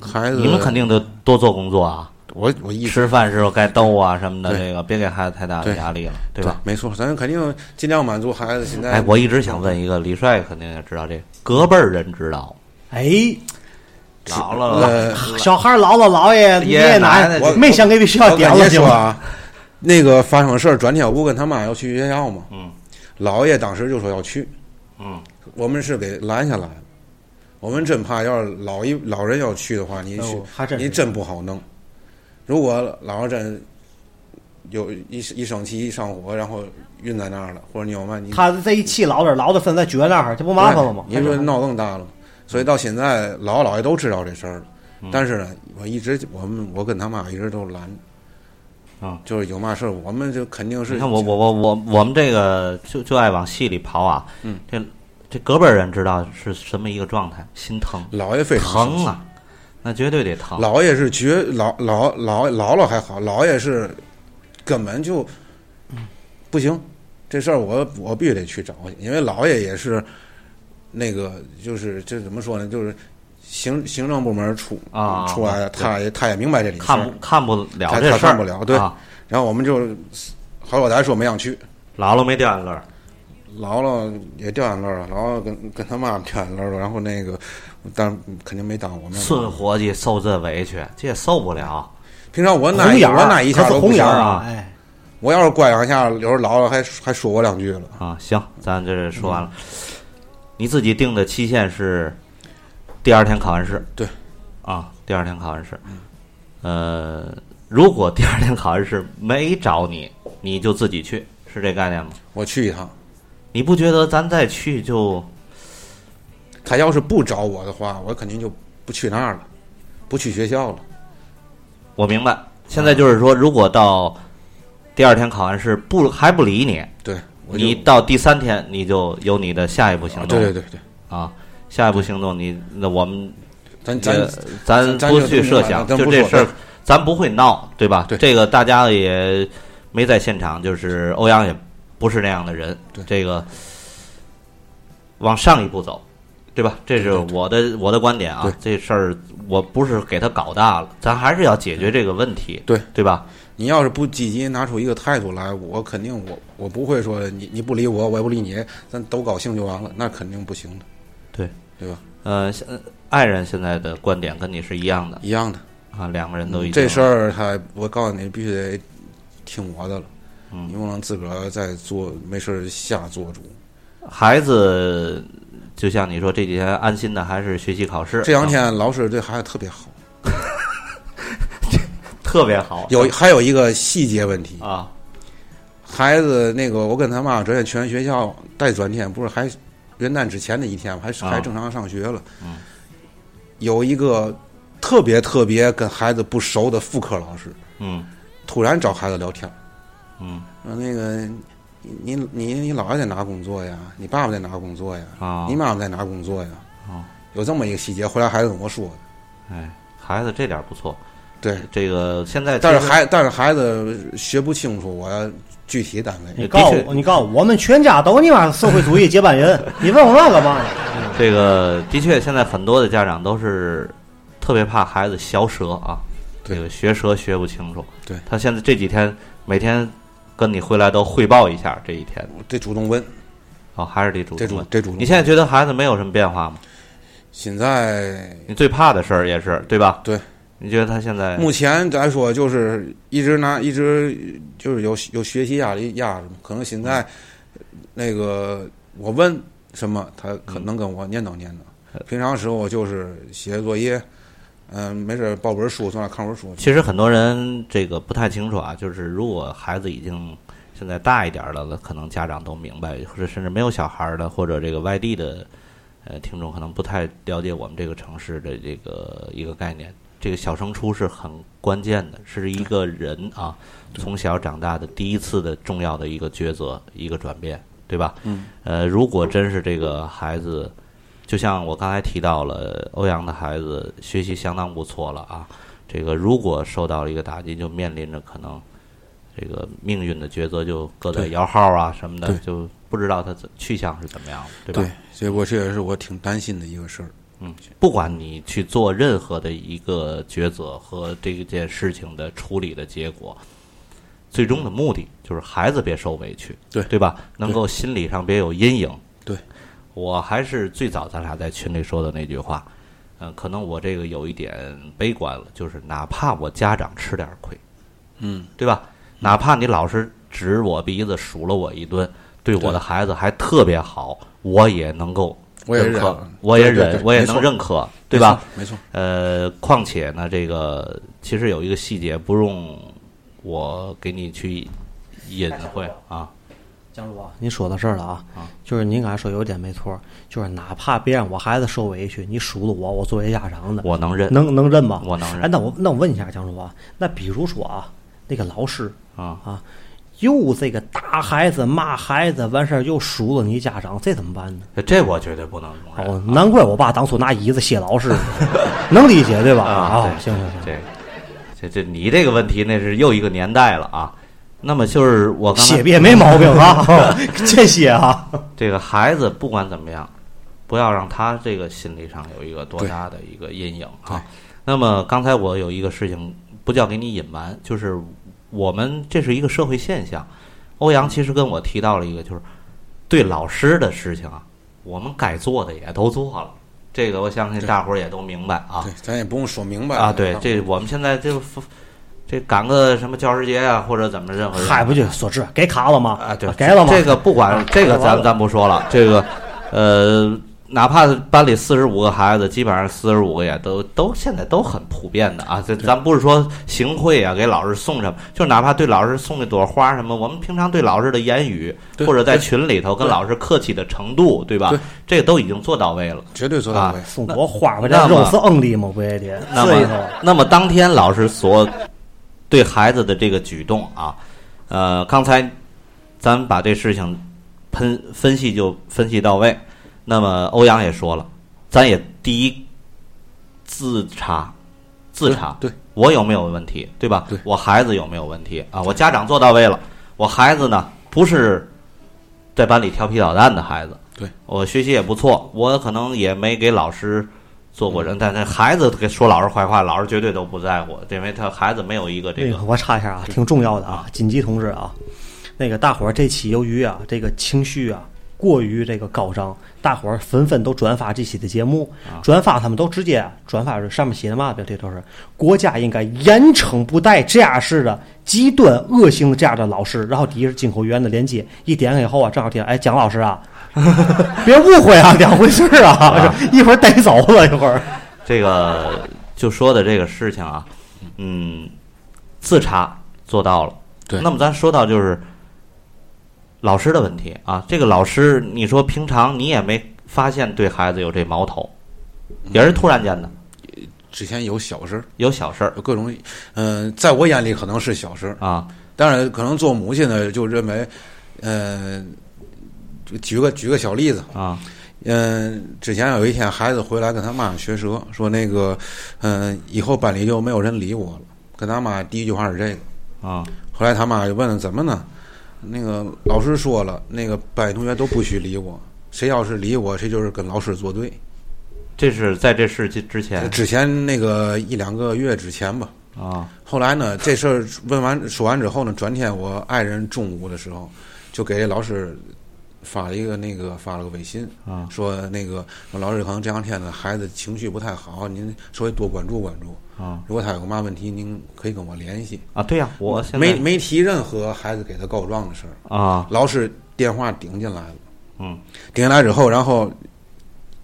孩子，你们肯定得多做工作啊，我我一直吃饭时候该逗啊什么的，对这个别给孩子太大的对压力了，对吧？没错，咱肯定尽量满足孩子现在。哎，我一直想问一个，李帅肯定也知道这个，隔辈儿人知道，哎，姥姥呃姥小孩儿、姥姥、姥爷、爷爷爷奶奶奶奶我，没想给学校我点感了谢行说吗？啊，那个发生事儿，转天我不跟他妈要去学校嘛，嗯，姥爷当时就说要去，嗯，我们是给拦下来了。我们真怕，要是老一老人要去的话，你去、哦还真是你真不好弄。如果老人真有一一生气一上火，然后晕在那儿了，或者你有嘛，你他这一气老点儿，老的分在撅那儿，这不麻烦了吗？你说闹更大了吗？所以到现在，姥姥姥爷都知道这事儿了。嗯但是呢，我一直我们我跟他妈一直都拦，啊就是有嘛事儿，我们就肯定是你看我我我我我们这个就就爱往戏里刨啊，嗯，这这隔辈儿人知道是什么一个状态，心疼，姥爷非常生气疼啊，那绝对得疼，姥爷是绝老老老姥姥还好，姥爷是根本就嗯不行，这事儿我我必须得去找去，因为姥爷也是那个就是这怎么说呢，就是行行政部门出啊出来的，对他也他也明白这里事看不儿，看不了他这他事儿，看不了对啊然后我们就好我歹说没让去，姥姥没掉眼泪儿，姥姥也掉眼泪了，姥姥跟跟他妈掉眼泪了，然后那个但肯定没当我面，孙伙计受这委屈，这也受不了，平常我那哎红一眼我儿，啊那一他下是都红不行眼儿啊啊！哎，我要是乖两下，有时候姥姥还还说我两句了。啊，行，咱这说完了。你自己定的期限是第二天考完试。对。嗯啊，第二天考完试。呃，如果第二天考完试没找你，你就自己去，是这概念吗？我去一趟。你不觉得咱再去就他要是不找我的话，我肯定就不去那儿了，不去学校了。我明白？现在就是说，如果到第二天考完试不还不理你，对，我就你到第三天你就有你的下一步行啊动。对对对对，啊，下一步行动你那我们咱这咱咱咱不就去这么设办想，咱就不这说事儿对，咱不会闹，对吧？对这个大家也没在现场，就是欧阳也不是那样的人对。这个往上一步走，对吧？这是我的我的观点啊对。这事儿我不是给他搞大了，咱还是要解决这个问题，对对吧？你要是不积极拿出一个态度来，我肯定我我不会说你你不理我，我也不理你，咱都高兴就完了，那肯定不行的，对，对吧？呃，现爱人现在的观点跟你是一样的一样的。啊，两个人都一这事儿他，我告诉你，必须得听我的了，嗯你不能自个儿再做没事儿瞎做主。孩子。就像你说，这几天安心的还是学习考试。这两啊天老师对孩子特别好，特别好，有还有一个细节问题，啊，孩子那个，我跟他妈昨天去完学校带转天，不是还元旦之前的一天吗？还是啊还正常上学了。嗯有一个特别特别跟孩子不熟的副科老师，嗯突然找孩子聊天，嗯说那个你你你你姥爷在哪工作呀？你爸爸在哪工作呀？啊，你妈妈在哪工作呀？哦有这么一个细节，后来孩子跟我说的。哎，孩子这点儿不错，对，这个现在但是哎其实孩但是孩子学不清楚我具体单位。你告的诉确我，你告诉我，我们全家都你妈社会主义接班人，你问我那干嘛呢？这个的确现在很多的家长都是特别怕孩子嚼舌啊，对这个学舌学不清楚，对他现在这几天每天跟你回来都汇报一下这一天，得主动问，哦，还是得主得动主问。得主动问。你现在觉得孩子没有什么变化吗？现在你最怕的事儿也是对吧？对，你觉得他现在目前咱说就是一直拿一直就是有有学习压力压着嘛，可能现嗯在那个我问什嗯么，他可能跟我念叨念哎叨。平常时候就是写作业，嗯，没事儿抱本书从那儿看会儿书。其实很多人这个不太清楚啊，就是如果孩子已经现在大一点儿了了，可能家长都明白，或者甚至没有小孩儿的，或者这个外地的呃听众可能不太了解我们这个城市的这个一个概念。这个小升初是很关键的，是一个人啊从小长大的第一次的重要的一个抉择，一个转变，对吧？嗯。呃，如果真是这个孩子，就像我刚才提到了，欧阳的孩子学习相当不错了啊，这个如果受到了一个打击，就面临着可能这个命运的抉择，就搁在对摇号啊什么的，对就不知道他怎去向是怎么样的，对吧？对，这我这也是我挺担心的一个事儿。嗯，不管你去做任何的一个抉择和这件事情的处理的结果，最终的目的就是孩子别受委屈，对对吧？能够心理上别有阴影。对，我还是最早咱俩在群里说的那句话，嗯、可能我这个有一点悲观了，就是哪怕我家长吃点亏，嗯，对吧？哪怕你老是指我鼻子数了我一顿，对我的孩子还特别好，我也能够我也认忍可了，我也对对忍对，我也没错能认可，对吧？没错？没错，呃，况且呢，这个其实有一个细节不用我给你去隐晦啊，江主啊，您说到这儿了啊，啊就是您刚才说有一点没错，就是哪怕别让我孩子受委屈，你数落我，我作为家长的，我能认能能认吗？我能认哎，那我那我问一下江主啊，那比如说啊，那个老师啊，啊，又这个打孩子、骂孩子，完事儿又数落你家长，这怎么办呢？这我绝对不能容忍哦，难怪我爸当初拿椅子歇老师， [laughs] 能理解对吧？哦啊！对行行行，这这这你这个问题那是又一个年代了啊。那么就是我刚才歇别没毛病 [laughs] 啊，这些啊，这个孩子不管怎么样，不要让他这个心理上有一个多大的一个阴影啊。那么刚才我有一个事情，不叫给你隐瞒，就是我们这是一个社会现象。欧阳其实跟我提到了一个，就是对老师的事情啊，我们该做的也都做了，这个我相信对大伙儿也都明白啊对，咱也不用说明白啊。对，这我们现在就这赶个什么教师节啊，或者怎么任何人嗨，不就说这给卡了吗？啊，对，给了吗？啊这个不管，这个咱咱不说了。这个，呃，哪怕班里四十五个孩子，基本上四十五个也都都现在都很普遍的啊。这咱不是说行贿啊，给老师送什么，就哪怕对老师送一朵花什么，我们平常对老师的言语对或者在对群里头跟老师客气的程度，对吧对？这个都已经做到位了。绝对做到啊位。送朵花，我那这么肉是硬的吗？不也得那是一么头，啊那么当天老师所对孩子的这个举动啊，呃，刚才咱把这事情喷分析就分析到位。那么欧阳也说了，咱也第一自查自查，对对我有没有问题，对吧？对我孩子有没有问题啊？我家长做到位了，我孩子呢不是在班里调皮捣蛋的孩子，对我学习也不错，我可能也没给老师做过人，但是孩子给说老师坏话，老师绝对都不在乎，因为他孩子没有一个这那个个我插一下啊，挺重要的啊，紧急通知啊，那个大伙儿这期由于啊这个情绪啊过于这个高涨，大伙儿纷纷都转发这期的节目，啊转发他们都直接转发上面写的嘛标题都是国家应该严惩不贷这样式的极端恶性这样的老师，然后底下是进口源的链接，一点开以后啊正好听，哎蒋老师啊， [laughs] 别误会啊，两回事儿 [laughs] 啊，一会儿带走了一会儿，这个就说的这个事情啊，嗯，自查做到了。对那么咱说到就是老师的问题啊，这个老师，你说平常你也没发现对孩子有这矛头，也是突然间的，之前有小事儿，有小事儿有各种，嗯、在我眼里可能是小事儿，啊，当然可能做母亲的就认为，嗯、就举个举个小例子，啊，嗯、之前有一天孩子回来跟他妈学舌，说那个，嗯、以后班里就没有人理我了，跟他妈第一句话是这个，啊，后来他妈就问了怎么呢？那个老师说了，那个班里同学都不许理我，谁要是理我，谁就是跟老师作对。这是在这事之之前之前那个一两个月之前吧，啊，后来呢，这事儿问完说完之后呢，转天我爱人中午的时候就给老师发了一个那个发了个微信啊说那个老师可能这两天呢孩子情绪不太好，您稍微多关注关注啊如果他有嘛问题，您可以跟我联系。啊！对呀、我现在没没提任何孩子给他告状的事儿，啊，老师电话顶进来了，嗯，顶进来之后，然后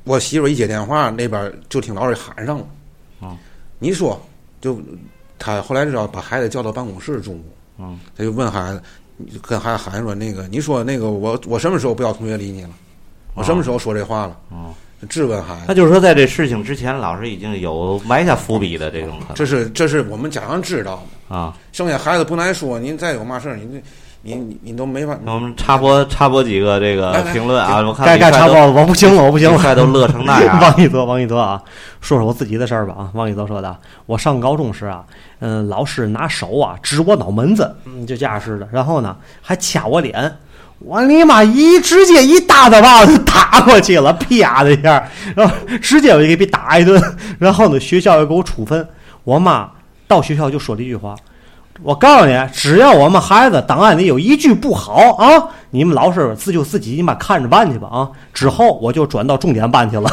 我媳妇儿一接电话，那边儿就听老师喊上了，嗯，你说，就他后来知道把孩子叫到办公室中午，嗯，他就问孩子，跟孩子喊说那个，你说那个我我什么时候不要同学理你了？我什么时候说这话了？哦质问孩子那。嗯就是说，在这事情之前，老师已经有埋下伏笔的这种可能这是这是我们家长知道的，啊。剩下孩子不难说，您再有嘛事儿，您这您你都没法。那我们插播插播几个这来个来评论啊，我看该李帅该插都播，了，我不行了，我不行了李。帅都乐成那样了 [laughs] 王一泽，王一泽啊，说说我自己的事儿吧啊。王一泽说的，我上高中时啊，嗯、老师拿手啊指我脑门子，嗯，就这样似的，然后呢还掐我脸，我尼玛一直接一大嘴巴子 [laughs] 打过去了，啪的一下，然后直接我就给被打一顿，然后呢学校又给我处分，我妈到学校就说了一句话。我告诉你，只要我们孩子档案里有一句不好啊，你们老师自就自己你妈看着办去吧啊！之后我就转到重点班去了。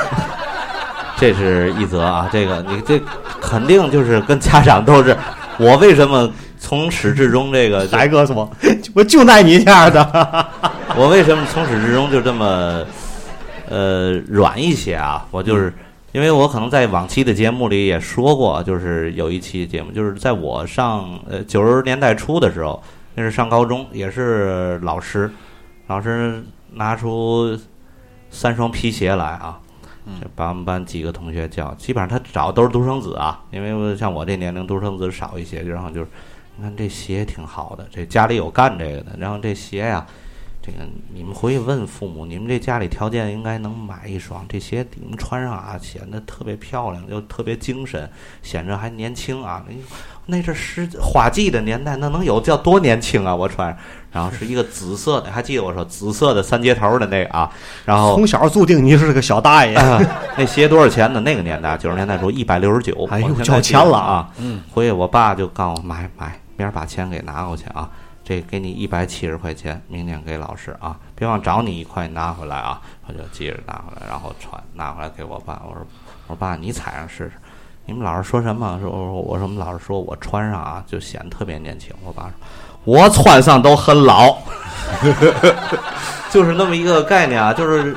这是一则啊，这个你这肯定就是跟家长都是， [laughs] 我为什么从始至终这个，来哥说， [laughs] 我就爱你这样 [laughs] 的。我为什么从始至终就这么呃软一些啊？我嗯就是因为我可能在往期的节目里也说过，就是有一期节目，就是在我上呃九十年代初的时候，那是上高中，也是老师，老师拿出三双皮鞋来啊，就把我们班几个同学叫，基本上他找的都是独生子啊，因为我像我这年龄独生子少一些，然后就是你看这鞋挺好的，这家里有干这个的，然后这鞋呀、这个你们回去问父母，你们这家里条件应该能买一双这鞋，你们穿上啊，显得特别漂亮，又特别精神，显着还年轻啊。那那阵儿十花季的年代，那能有叫多年轻啊？我穿，然后是一个紫色的，还记得我说紫色的三接头的那个啊，然后从小注定你是个小大爷，啊，那鞋多少钱呢？那个年代，九十年代时候一百六十九，哎呦我现在交钱了啊！嗯，回去我爸就告诉我买买，明儿把钱给拿过去啊，这给你一百七十块钱，明天给老师啊，别忘找你一块拿回来啊。我就记着拿回来，然后穿拿回来给我爸，我说我说爸，你踩上试试。你们老师说什么？说我说我说我们老师说我穿上啊，就显得特别年轻。我爸说，我穿上都很老， [laughs] 就是那么一个概念啊，就是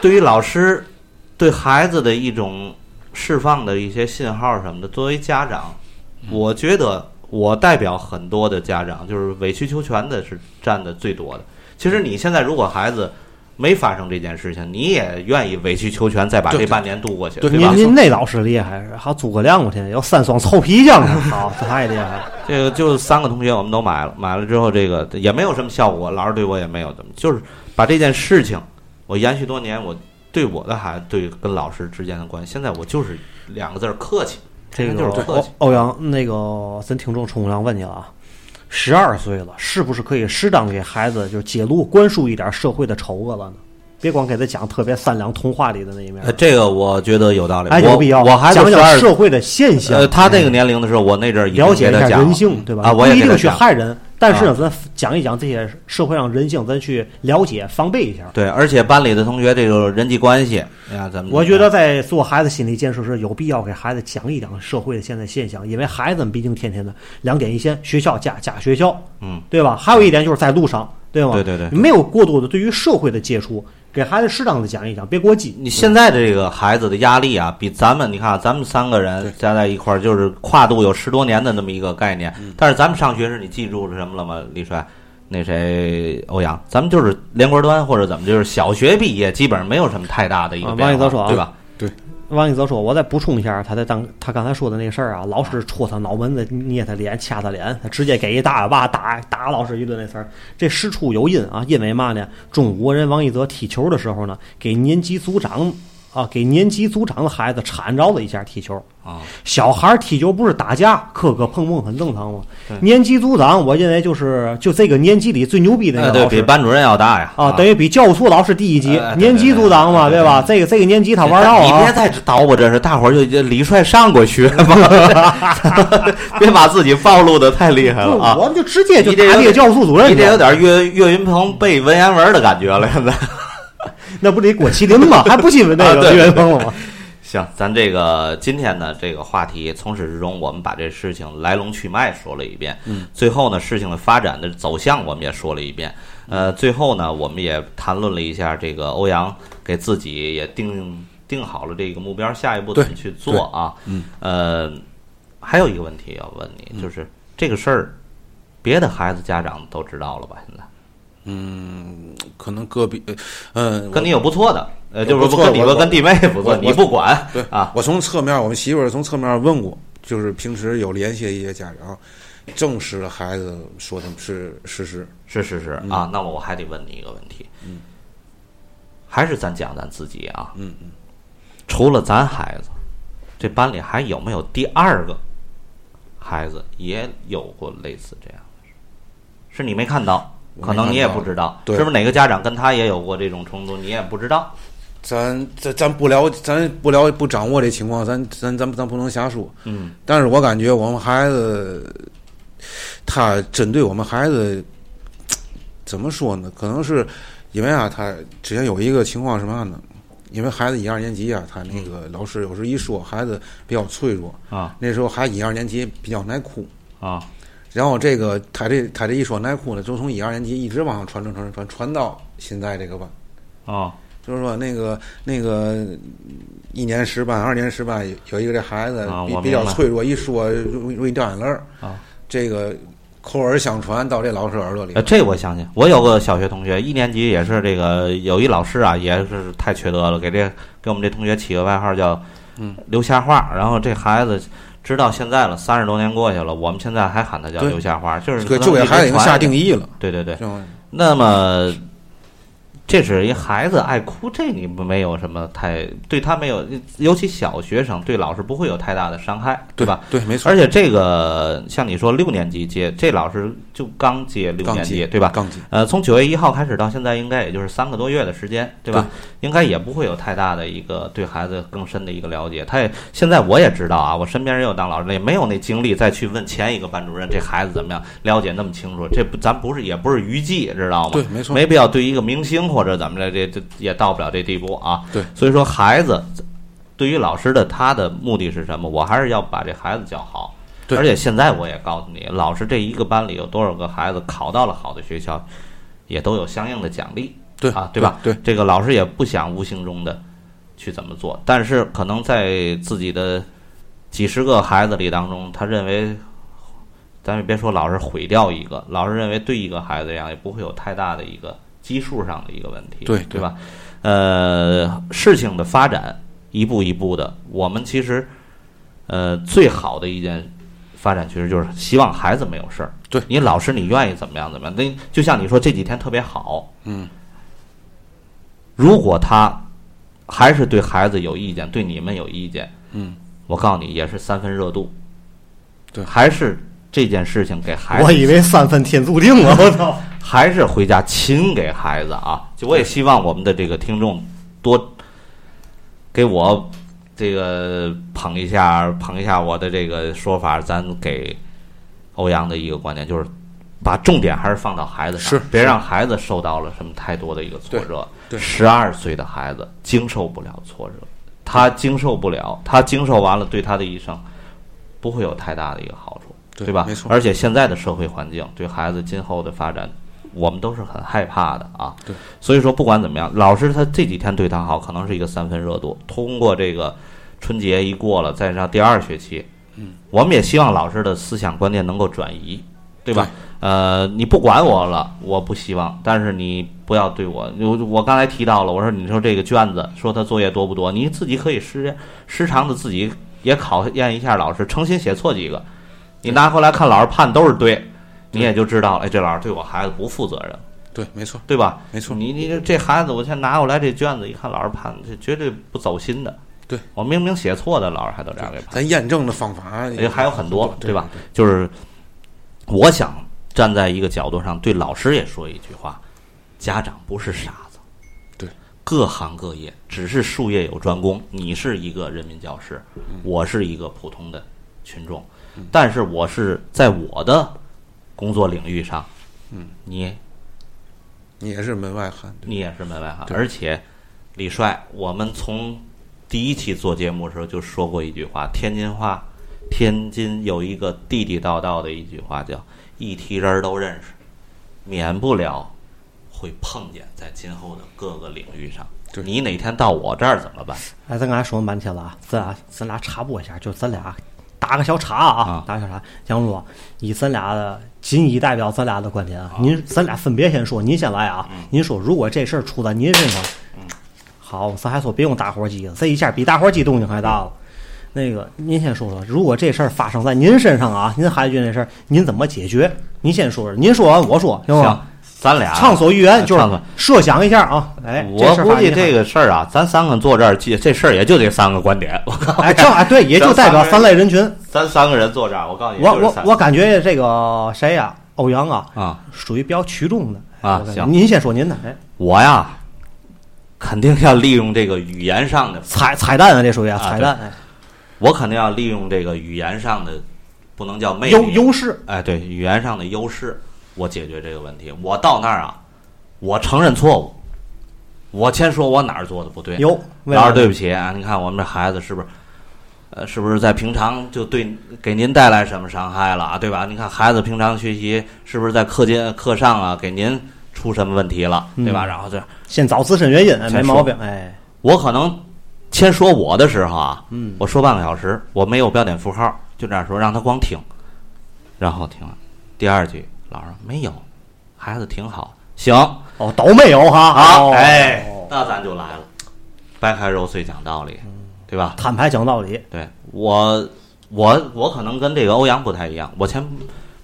对于老师对孩子的一种释放的一些信号什么的。作为家长，我觉得我代表很多的家长，就是委曲求全的是占的最多的。其实你现在如果孩子没发生这件事情，你也愿意委曲求全，再把对这对半年度过去，对吧您？您那老师厉害，还诸葛亮，我天，有三双臭皮匠呢， [laughs] 好，这太厉害了。这个就三个同学我们都买了，买了之后这个也没有什么效果，老师对我也没有怎么，就是把这件事情我延续多年，我对我的孩子对跟老师之间的关系，现在我就是两个字儿客气，这天天个就是客欧气。欧阳，那个咱听众冲亮问你了啊，十二岁了，是不是可以适当给孩子就揭露、灌输一点社会的丑恶了呢？别光给他讲特别善良童话里的那一面呃，，这个我觉得有道理，哎，有必要我我孩子讲十讲二，社会的现象哎呃，，他这个年龄的时候，我那阵儿已经了解给一他下讲了人性，对吧？啊，不我也一给他定去讲了啊害人，但是呢，咱讲一讲这些社会上人性，咱去了解、防备一下。对，而且班里的同学这个人际关系，哎呀，咱们我觉得在做孩子心理建设时，有必要给孩子讲一讲社会的现在现象，因为孩子们毕竟天天的两点一线，学校加加学校，嗯，对吧？还有一点就是在路上，对吗？对对对没有过多的对于社会的接触，给孩子适当的讲一讲，别过激。你现在这个孩子的压力啊，比咱们你看啊，咱们三个人加在一块儿，就是跨度有十多年的那么一个概念。嗯但是咱们上学时，你记住了什么了吗？李帅，那谁，欧阳，咱们就是连锅端或者怎么，就是小学毕业，基本上没有什么太大的一个啊变王一化，泽说啊对吧？王一泽说：“我再补充一下，他在当他刚才说的那个事儿啊，老师戳他脑门子、捏他脸、掐他脸，他直接给一大耳巴打打老师一顿那事儿，这事出有因啊！因为嘛呢？中午人王一泽踢球的时候呢，给年级组长啊，给年级组长的孩子缠绕了一下踢球。啊，小孩儿踢球不是打架，磕磕碰碰很正常吗对？年级组长，我认为就是就这个年级里最牛逼的那个那哎对老比师。班主任要大呀啊，等于比教务处老师低一级哎，对年级组长嘛，对对对对吧？这个这个年级他玩到你别啊，再捣鼓哎这事，大伙儿就就李帅上过学嘛， [laughs] 别把自己暴露的太厉害不了啊！我们就直接就你这打有这个教务处主任你去这有了，点岳岳云鹏背文言文的感觉了，现在。那不得郭麒麟吗？还不新 [laughs] 闻那啊个对岳云鹏了吗？行，咱这个今天呢，这个话题从始至终，我们把这事情来龙去脉说了一遍。嗯，最后呢，事情的发展的走向我们也说了一遍。呃，最后呢，我们也谈论了一下这个欧阳给自己也定定好了这个目标，下一步怎么去做啊？嗯，呃，还有一个问题要问嗯你，就是、这个事儿，别的孩子家长都知道了吧？现在可能个别，嗯，跟你有不错的，呃，有就是不错跟你我哥跟弟妹不我错，我你不管对啊。我从侧面，我们媳妇儿从侧面问过，就是平时有联系的一些家长，证实了孩子说的是事实。是是是、嗯啊，那么我还得问你一个问题，嗯，还是咱讲咱自己啊，嗯嗯，除了咱孩子，这班里还有没有第二个孩子也有过类似这样的事？是你没看到，我没可能你也看到不知道，对是不是哪个家长跟他也有过这种冲突，你也不知道？咱咱咱不了，咱不了不掌握这情况，咱咱咱咱不能瞎说。嗯，但是我感觉我们孩子，他针对我们孩子，怎么说呢？可能是因为啊，他之前有一个情况是嘛呢？因为孩子一二年级啊，他那个老师有时候一说孩子比较脆弱，啊那时候孩子一二年级比较耐哭，啊然后这个他这他这一说耐哭呢，就从一二年级一直往上传传传传传到现在这个班。啊就是说那个那个一年十班、二年十班，有一个这孩子啊比、我明白比较脆弱，一说容易容易掉眼泪儿啊。这个口耳相传到这老师耳朵里呃，，这我相信。我有个小学同学，一年级也是这个，有一老师啊，也是太缺德了，给这给我们这同学起个外号叫“嗯刘瞎话”。然后这孩子直到现在了，三十多年过去了，我们现在还喊他叫对刘瞎话，就是可这个能就给一直孩子已经传下定义了。对对对。这种那么，这是一孩子爱哭，这你没有什么太对他没有，尤其小学生对老师不会有太大的伤害，对吧？？对，没错。而且这个像你说六年级接这老师就刚接六杠年级，精对吧？杠精，呃，从九月一号开始到现在，应该也就是三个多月的时间，对吧？应该也不会有太大的一个对孩子更深的一个了解。他也现在我也知道啊，我身边人有当老师的，也没有那精力再去问前一个班主任这孩子怎么样，了解那么清楚。这不，咱不是也不是娱记，知道吗？对没错没必要对一个明星或者怎么着，这这也到不了这地步啊。对，所以说孩子对于老师的他的目的是什么？我还是要把这孩子教好。对而且现在我也告诉你，老师这一个班里有多少个孩子考到了好的学校，也都有相应的奖励，对啊，对吧？对，对这个老师也不想无形中的去怎么做，但是可能在自己的几十个孩子里当中，他认为，咱也别说老师毁掉一个，老师认为对一个孩子这样也不会有太大的一个基数上的一个问题，对对吧？呃，事情的发展一步一步的，我们其实呃最好的一件发展趋势就是希望孩子没有事儿。对你老师，你愿意怎么样怎么样？那就像你说这几天特别好，嗯，如果他还是对孩子有意见，对你们有意见，嗯，我告诉你也是三分热度，对还是这件事情给孩我子以为三分天注定了，我操！还是回家勤给孩子啊！就我也希望我们的这个听众多给我这个捧一下，捧一下我的这个说法。咱给欧阳的一个观点就是，把重点还是放到孩子上，是别让孩子受到了什么太多的一个挫折。对对十二岁的孩子经受不了挫折，他经受不了，他经受完了，对他的一生不会有太大的一个好处。对吧？没错而且现在的社会环境对孩子今后的发展，我们都是很害怕的啊。对，所以说不管怎么样，老师他这几天对他好，可能是一个三分热度。通过这个春节一过了，再上第二学期，嗯，我们也希望老师的思想观念能够转移，对吧？呃，你不管我了，我不希望，但是你不要对我，我我刚才提到了，我说你说这个卷子，说他作业多不多，你自己可以时时常的自己也考验一下老师，诚心写错几个，你拿回来看老师判都是对，你也就知道了，哎，这老师对我孩子不负责任，对，没错，对吧？没错你你这这孩子，我先拿过来这卷子一看，老师判这绝对不走心的。对我明明写错的，老师还都这样给判。咱验证的方法也还有很多，对吧？？就是我想站在一个角度上，对老师也说一句话：家长不是傻子，对，各行各业只是术业有专攻。你是一个人民教师，我是一个普通的群众，但是我是在我的工作领域上，嗯，你你也是门外汉，对你也是门外汉，对而且李帅，我们从第一期做节目的时候就说过一句话，天津话，天津有一个地地道道的一句话叫“一提人儿都认识”，免不了会碰见在今后的各个领域上。对你哪天到我这儿怎么办？哎，咱刚才说半天了啊，咱俩咱俩插播一下，就咱俩打个小岔啊，啊打个小岔。杨璐，以咱俩的仅以代表咱俩的观点啊，您咱俩分别先说，您先来嗯啊。您说，如果这事儿出在您身上，好，咱还说别用大伙儿机了，这一下比大伙儿机动静还大了。那个，您先说说，如果这事儿发生在您身上啊，您孩子军这事儿，您怎么解决？您先说说，您说完我说，行行吗？，咱俩畅所欲言，啊就是畅所设想一下啊。哎，我事儿估发计生在这个事儿啊，咱三个坐这儿，这这事儿也就这三个观点。我 [laughs] 告诉你，哎，正啊，对，也就代表咱三类人群。咱三个人坐这儿，我告诉你，我就是我三我感觉这个谁呀、欧阳啊，啊。属于比较取中的啊我感觉行您先说您的，哎，我呀，肯定要利用这个语言上的，彩彩蛋啊，这属于啊啊彩蛋，哎我肯定要利用这个语言上的，不能叫魅力，优优势，哎，对，语言上的优势，我解决这个问题。我到那儿啊，我承认错误，我先说我哪儿做的不对。有为老师，了对不起啊！您看我们这孩子是不是，呃，是不是在平常就对给您带来什么伤害了啊？对吧？您看孩子平常学习是不是在课间课上啊给您出什么问题了，对吧？嗯然后这样先找自身原因，哎没先说毛病，哎，我可能先说我的时候啊，嗯我说半个小时，我没有标点符号，就这样说，让他光听，然后听了第二句，老师说没有，孩子挺好，行，哦，都没有哈，好，哦哎，那咱就来了，掰开揉碎讲道嗯理，对吧？坦白讲道理，对我，我我可能跟这个欧阳不太一样，我前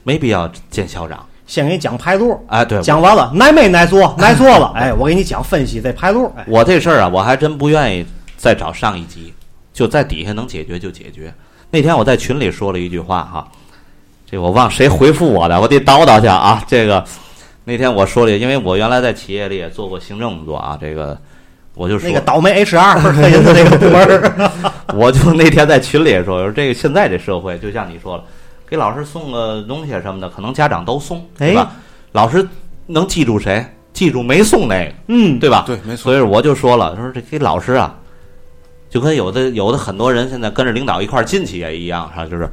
没必要见校长，先给你讲排路，哎，对，讲完了，挨没挨 [laughs] 做，挨做了，哎，我给你讲分析这排路，哎，我这事儿啊，我还真不愿意再找上一级，就在底下能解决就解决。那天我在群里说了一句话哈、这我忘谁回复我的，我得叨叨去啊。这个那天我说了，因为我原来在企业里也做过行政工作啊，这个我就说那个倒霉 HR 不是特意的那个部门儿， [laughs] [laughs] 我就那天在群里也说，我说这个现在这社会，就像你说了，给老师送个东西什么的，可能家长都送，对哎吧？老师能记住谁？记住没送那个，嗯，对吧？对，没错啊所，以我就说了，说这给老师啊，就跟有的有的很多人现在跟着领导一块儿进去也一样哈，就是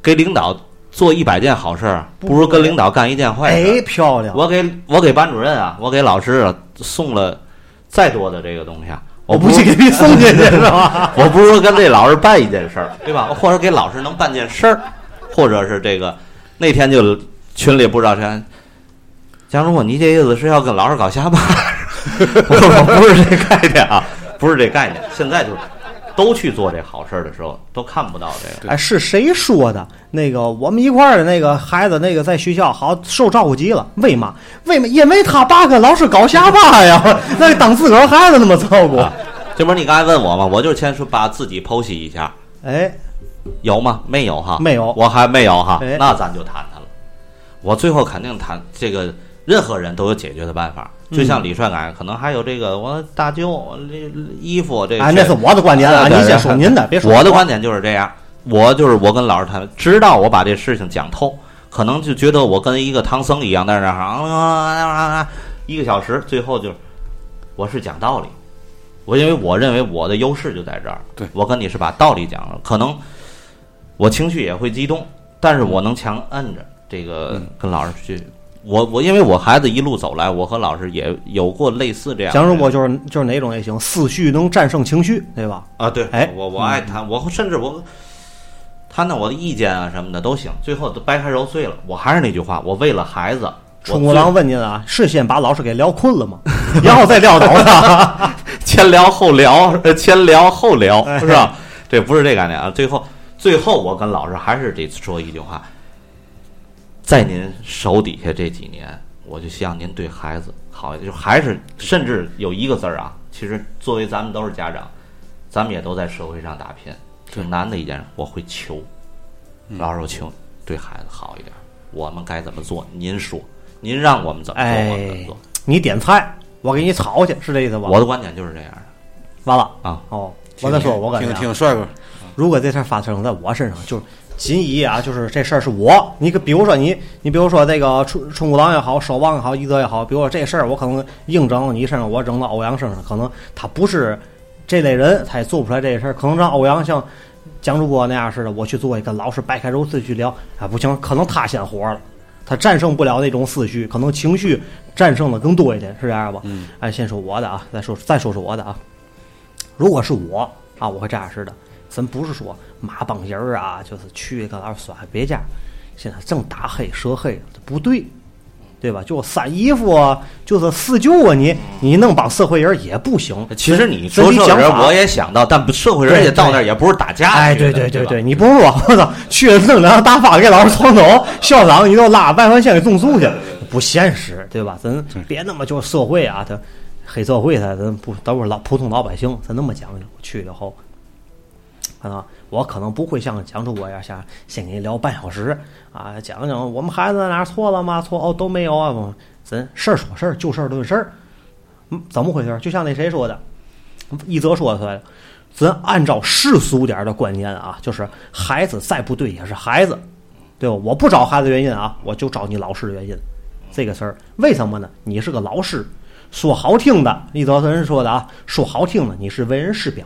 给领导做一百件好事儿，不如跟领导干一件坏事儿。哎，漂亮，我给我给班主任啊，我给老师啊送了再多的这个东西啊，我不如去给 [laughs] 你送进去是吧？我不如跟这老师办一件事儿，对吧？或者给老师能办件事儿，或者是这个那天就群里不知道谁，江如我你这意思是要跟老师搞瞎吧？ [laughs] 我说不是这概念啊，不是这概念。现在就是都去做这好事儿的时候，都看不到这个。哎，是谁说的？那个我们一块儿的那个孩子，那个在学校好受照顾极了，为嘛？为嘛？因为他爸跟老师搞瞎爸呀，那当自个儿孩子那么照顾。啊这不是你刚才问我吗？我就先说把自己剖析一下，哎，有吗？没有哈，没有我还没有哈哎。那咱就谈谈了。我最后肯定谈这个，任何人都有解决的办法。就像李帅感，可能还有这个我大舅我这衣服这个。哎，那是我的观点啊，对您对先说对您的，别说我的观点就是这样，我就是我跟老师谈，直到我把这事情讲透，可能就觉得我跟一个唐僧一样，在那儿啊啊啊啊啊一个小时，最后就是我是讲道理，我因为我认为我的优势就在这儿，对我跟你是把道理讲了，可能我情绪也会激动，但是我能强摁着这嗯个跟老师去。我我因为我孩子一路走来，我和老师也有过类似这样的蒋主播就是就是哪种也行，思绪能战胜情绪，对吧？啊，对，哎我我爱谈，我甚至我谈谈我的意见啊什么的都行，最后都掰开揉碎了。我还是那句话，我为了孩子，春国郎问您啊，是先把老师给聊困了吗？ [laughs] 然后再撂倒他？哎前聊后聊，呃前聊后聊是吧？这不是这概念啊。最后最后，我跟老师还是得说一句话，在您手底下这几年，我就希望您对孩子好一点，就还是甚至有一个字儿啊，其实作为咱们都是家长，咱们也都在社会上打拼，挺难的一件事。我会求，嗯老师我求你对孩子好一点，我们该怎么做？您说，您让我们怎么做，我们怎么做？你点菜，我给你炒去，是这意思吧？我的观点就是这样的完了啊。哦，我再说，我感觉挺啊挺帅哥，如果这事儿发生在我身上，就是仅以啊，就是这事儿是我，你可比如说你，你比如说这个春春谷狼也好，守望也好，一泽也好，比如说这事儿我可能硬整到你身上，我整到欧阳身上，可能他不是这类人，他也做不出来这事儿，可能让欧阳像蒋主播那样似的，我去做一个老师掰开揉碎去聊，啊，不行，可能他先活了。他战胜不了那种思绪，可能情绪战胜的更多一点，是这样吧？嗯，哎，先说我的啊，再说再说说我的啊。如果是我啊，我会这样式的，咱不是说马帮人儿啊，就是去跟老师耍别家，现在正打黑社黑这不对，对吧？就三姨夫啊，就是四舅啊，你你弄帮社会人儿也不行。呃其实你所说以社会讲人，法我也想到，但不社会人对也到那儿也不是打架去的，哎，对对对对吧对，你不用说，我操，去弄两大发给老师送走，校长你都拉外环线给送送去，不现实，对吧？咱别那么就社会啊，他黑社会他咱不都是老普通老百姓，咱那么讲究。去了后，啊，我可能不会像讲出我一样，想先跟你聊半小时啊，讲讲我们孩子哪儿错了吗？错哦都没有啊，我咱事儿说事儿，就事儿论事儿，嗯，怎么回事儿？就像那谁说的，一泽说出来的，咱按照世俗点儿的观念啊，就是孩子再不对也是孩子，对吧？我不找孩子原因啊，我就找你老师的原因。这个事儿为什么呢？你是个老师，说好听的，一泽人说的啊，说好听的，你是为人师表，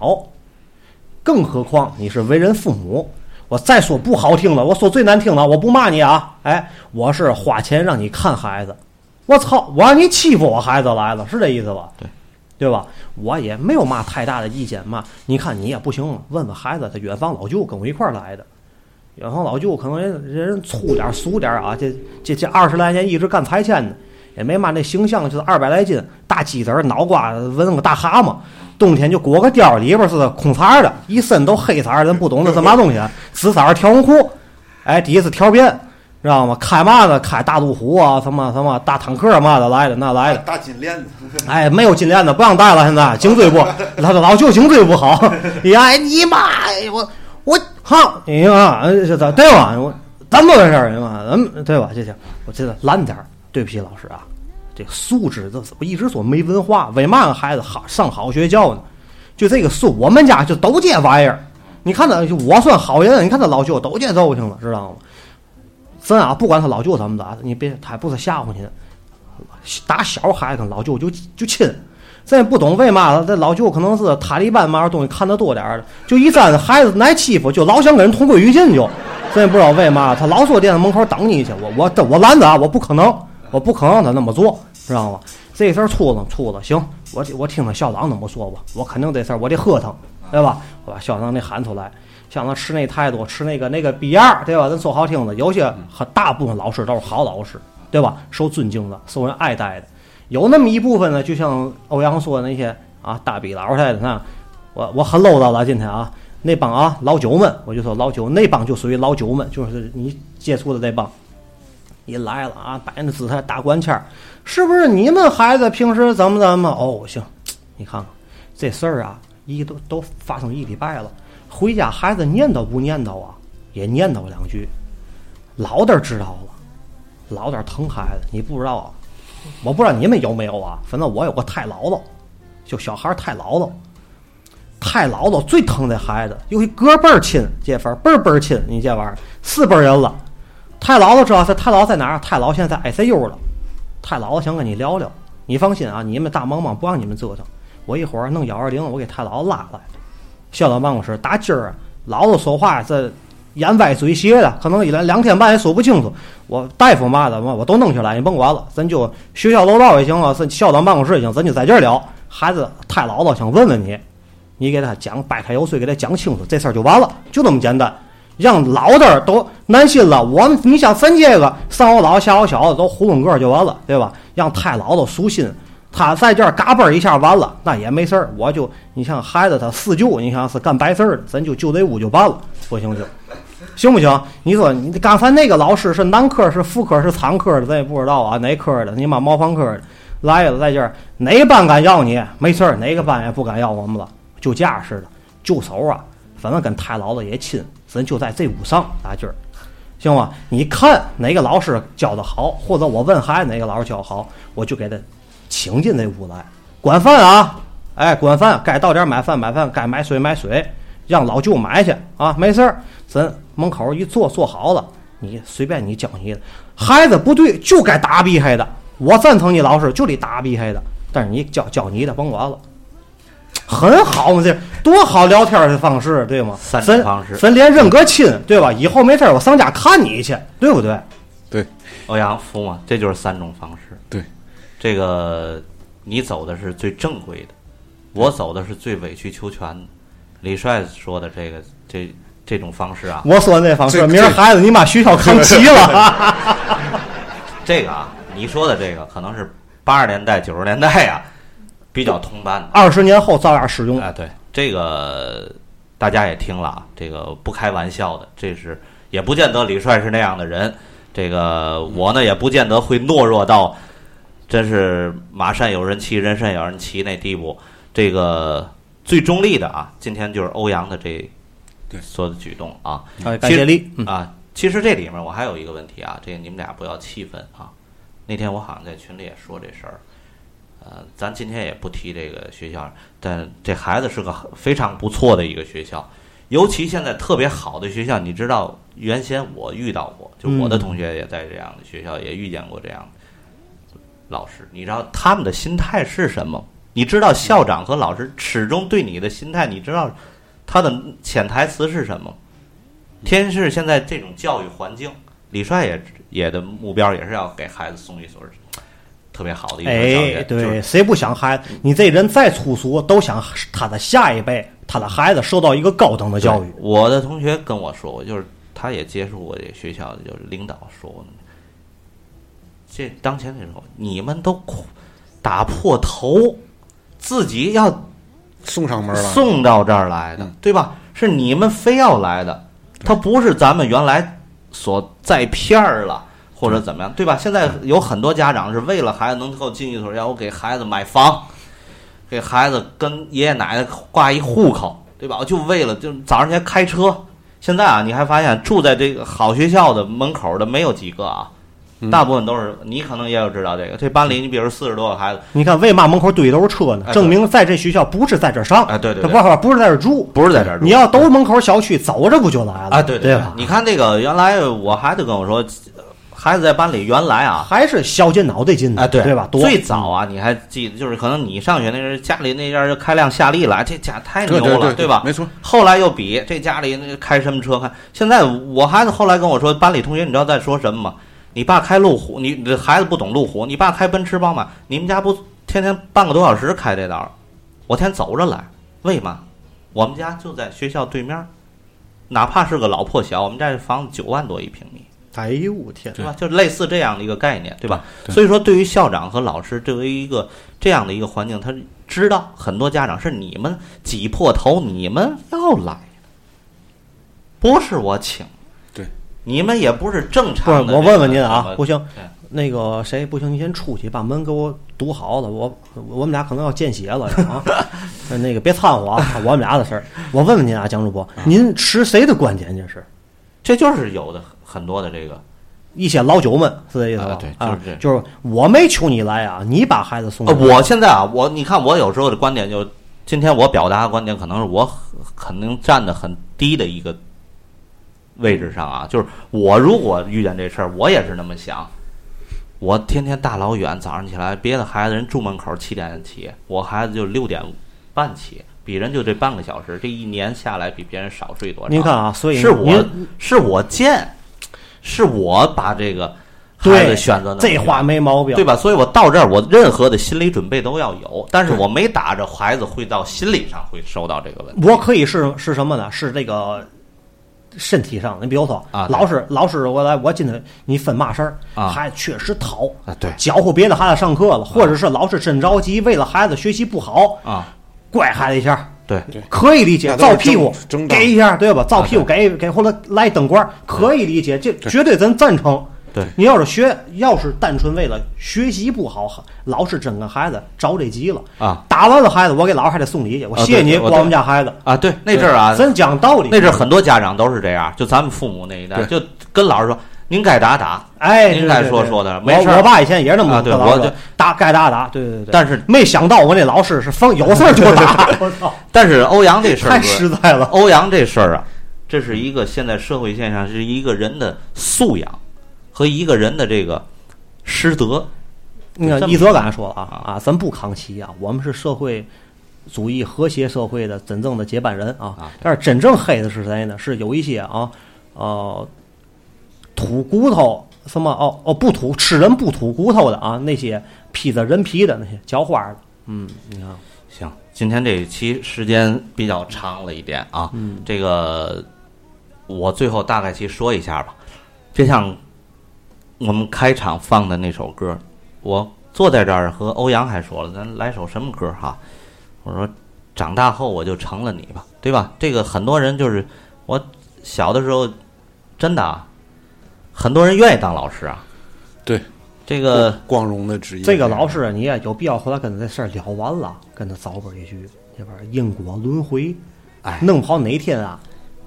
更何况你是为人父母。我再说不好听了，我说最难听了，我不骂你啊，哎，我是花钱让你看孩子，我操，我让你欺负我孩子来了，是这意思吧？对，对吧？我也没有嘛太大的意见嘛。你看你也不行了，问问孩子，他远房老舅跟我一块儿来的，远房老舅可能人人粗点儿俗点儿啊，这这这二十来年一直干拆迁的，也没嘛那形象，就是二百来斤，大鸡子儿脑瓜子纹个大蛤蟆。冬天就裹个貂儿，里边儿是空色儿的，一身都黑色儿，咱不懂这是嘛东西啊，紫色儿条纹裤，哎，底下是条边，知道吗？开嘛的，开大路虎啊，什么什么大坦克儿嘛的来的那来的，大金链子，哎，没有金链子，不让戴了。现在颈椎不，老老舅颈椎不好。你哎，你妈，哎我我哈，你妈，哎这咋对吧？我咱们这事儿，你妈，咱们对吧？这行，我这个烂点儿，对不起老师啊。这素质，这我一直说没文化，为嘛个孩子好上好学校呢？就这个素，我们家就都这玩意儿。你看他，就我算好人，你看他老舅都这揍性了，知道吗？真啊，不管他老舅怎么咋的，你别他不是吓唬你，打小孩子跟老舅就就亲，咱也不懂为嘛这老舅可能是塔利班嘛玩意儿东西看得多点儿的，就一沾孩子挨欺负，就老想跟人同归于尽就，咱也不知道为嘛，他老说店子门口等你去，我我这我拦着啊，我不可能，我不可能让他那么做，知道吗？这事儿出了出了，行，我我听他校长怎么说吧，我肯定这事儿我得喝他，对吧？我把校长得喊出来。像他吃那态度，吃那个那个逼样儿，对吧？咱说好听的，有些很大部分老师都是好老师，对吧？受尊敬的，受人爱戴的，有那么一部分呢，就像欧阳说的那些啊，大逼老太太那，我我很唠叨了今天啊，那帮啊老九们，我就说老九那帮就属于老九们，就是你接触的那帮，一来了啊，摆那姿态打官腔儿，是不是你们孩子平时怎么怎么？哦，行，你看看这事儿啊，一都都发生一礼拜了，回家孩子念叨不念叨啊？也念叨两句，老点儿知道了，老点儿疼孩子，你不知道啊？我不知道你们有没有啊，反正我有个太姥姥，就小孩儿太姥姥，太姥姥最疼这孩子，尤其隔辈儿亲，这份儿辈儿辈儿亲，你这玩意儿四辈儿人了。太姥姥知道他太姥姥在哪儿，太姥姥现在在 ICU 了。太姥姥想跟你聊聊，你放心啊，你们大忙忙不让你们折腾，我一会儿弄幺二零，我给太姥姥拉来。校长办公室打今儿啊，姥姥说话这眼歪嘴斜的，可能一两两天半也说不清楚。我大夫嘛的嘛，我都弄起来，你甭管了，咱就学校楼道也行啊，是校长办公室也行，咱就在这儿聊。孩子太姥姥想问问你，你给他讲掰开揉碎，给他讲清楚，这事儿就完了，就那么简单。让老的都难心了，我们你想咱这个上有老下有小的都囫囵个儿就完了，对吧？让太姥姥舒心，他在这儿嘎嘣儿一下完了，那也没事儿。我就你像孩子他四舅，你想是干白事儿的，咱就就这屋就办了，不行就 [laughs] 行不行？你说你刚才那个老师是男科是妇科是产科的，咱也不知道啊，哪科的？你妈毛房科的来了，在这儿哪个班敢要你？没事儿，哪个班也不敢要我们了，就这样似的，就手啊，反正跟太老了也亲，咱就在这屋上打劲儿，行吗？你看哪个老师教的好，或者我问孩子哪个老师教好，我就给他请进这屋来，管饭啊，哎，管饭，该到点儿买饭买饭，该买水买水，让老舅买去啊，没事儿，咱门口一坐坐好了，你随便你教你的，孩子不对就该打逼黑的，我赞成你老师就得打逼黑的，但是你教教你的甭管了。很好嘛，这多好聊天的方式，对吗？三咱种方式咱连认个亲，对吧？以后没事儿我上家看你去，对不对？欧阳服吗？这就是三种方式。对，这个你走的是最正规的，我走的是最委曲求全的。李帅说的这个这这种方式啊，我说那方式，这明儿孩子你妈学校扛齐了。这个啊，你说的这个可能是八十年代九十年代呀、比较通办的。二十年后照样使用。啊，对，这个大家也听了啊，这个不开玩笑的，这是也不见得李帅是那样的人，这个我呢也不见得会懦弱到真是马善有人骑，人善有人骑那地步。这个最中立的啊，今天就是欧阳的这对所有的举动啊，哎，感谢力，嗯啊，其实这里面我还有一个问题啊，这个你们俩不要气愤啊。那天我好像在群里也说这事儿，呃，咱今天也不提这个学校，但这孩子是个很非常不错的一个学校，尤其现在特别好的学校，你知道，原先我遇到过，就我的嗯同学也在这样的学校、也遇见过这样的老师，你知道他们的心态是什么？你知道校长和老师始终对你的心态，你知道他的潜台词是什么吗？天是现在这种教育环境，李帅也也的目标也是要给孩子送一所特别好的一所小学，哎，就是嗯对，谁不想孩子？你这人再粗俗，都想他的下一辈，他的孩子受到一个高等的教育对。我的同学跟我说过，就是他也接触过这学校的，就是领导说过，这当前这时候你们都苦打破头，自己要送上门了，送到这儿来的嗯，对吧？是你们非要来的，它不是咱们原来所在片儿了。或者怎么样，对吧？现在有很多家长是为了孩子能够进一所学校，我给孩子买房，给孩子跟爷爷奶奶挂一户口，对吧？我就为了就早上起来开车。现在啊，你还发现住在这个好学校的门口的没有几个啊，嗯大部分都是你可能也有知道这个。这班里你比如四十多个孩子，你看，为嘛门口堆都是车呢？哎对证明在这学校不是在这儿上，哎对对他对不是不是在这儿住。不是在这儿住。你要都是门口小区，走着不就来了？啊，对对对吧？你看这个，原来我孩子跟我说，孩子在班里原来啊，还是削尖脑袋进的，啊，对对吧？多最早啊，你还记得，就是可能你上学那阵儿，家里那阵儿就开辆夏利了，这家太牛对了，对对吧？没错，后来又比这家里那开什么车开，现在我孩子后来跟我说，班里同学你知道在说什么吗？你爸开路虎，你你这孩子不懂路虎，你爸开奔驰宝马，你们家不天天半个多小时开这道儿，我天天走着来，为嘛？我们家就在学校对面儿，哪怕是个老破小，我们这房子九万多一平米，哎呦我天，对吧？就类似这样的一个概念，对吧？对所以说，对于校长和老师，对于一个这样的一个环境，他知道很多家长是你们挤破头，你们要来的，不是我请，对，你们也不是正不是常的。我问问您啊，不，行对，那个谁不行，您先出去把门给我堵好了，我我们俩可能要见血了啊！ [laughs] 那个别掺和啊， [laughs] 我们俩的事儿。我问问您啊，江主播，您持谁的观点？这是这就是有的很多的这个，一些老九们是这意思吧？啊对啊就是这就是我没求你来啊，你把孩子送呃，过来我现在啊，我你看我有时候的观点就是，今天我表达的观点可能是我很肯定站的很低的一个位置上啊，就是我如果遇见这事儿，我也是那么想。我天天大老远早上起来，别的孩子人住门口七点起，我孩子就六点半起，比人就这半个小时，这一年下来比别人少睡多少？您看啊，所以是我您是我贱，是我把这个孩子对选择那么这远话没毛病，对？吧？所以我到这儿，我任何的心理准备都要有，但是对我没打着孩子会到心理上会受到这个问题。我可以是是什么呢？是这个身体上的，你比如说，啊对老师老师，我来，我今天你分嘛事儿？啊孩子确实淘啊对啊搅和别的孩子上课了，或者是老师真着急，为了孩子学习不好，啊，怪孩子一下，对对可以理解，那都是造屁股争争给一下，对啊吧？造屁股给给或者来灯光，可以理解，这绝对咱赞成。对你要是学，要是单纯为了学习不好，老是真跟孩子着这急了啊！打完了孩子，我给老孩子送礼去，我啊谢谢对你我管我们家孩子。啊，对，那阵儿啊，咱讲道理，那阵儿很多家长都是这样，就咱们父母那一代，就跟老师说，您该打打，哎，您对该对说对说的我没事儿我爸以前也是那么啊对跟老我师就说打该打打，对对对。但是没想到我那老师是逢有事儿就打， [laughs] 我操，但是欧阳这事儿太不是实在了。欧阳这事儿啊，这是一个现在社会现象，是一个人的素养和一个人的这个师德。那这个么一泽刚才说了啊啊啊，咱不扛旗啊，我们是社会主义和谐社会的真正的接班人啊啊。但是真正黑的是谁呢？是有一些啊，呃，吐骨头什么哦哦不吐吃人不吐骨头的啊，那些披着人皮的那些叫花的，嗯，你看行，今天这一期时间比较长了一点啊，嗯这个我最后大概去说一下吧，就像我们开场放的那首歌，我坐在这儿和欧阳还说了，咱来首什么歌哈、我说长大后我就成了你吧，对吧？这个很多人就是我小的时候，真的啊，很多人愿意当老师啊，对，这个光荣的职业。这个老师你也有必要后来跟他这事儿聊完了，跟他找本一句，这边因果轮回，哎弄不好哪天啊，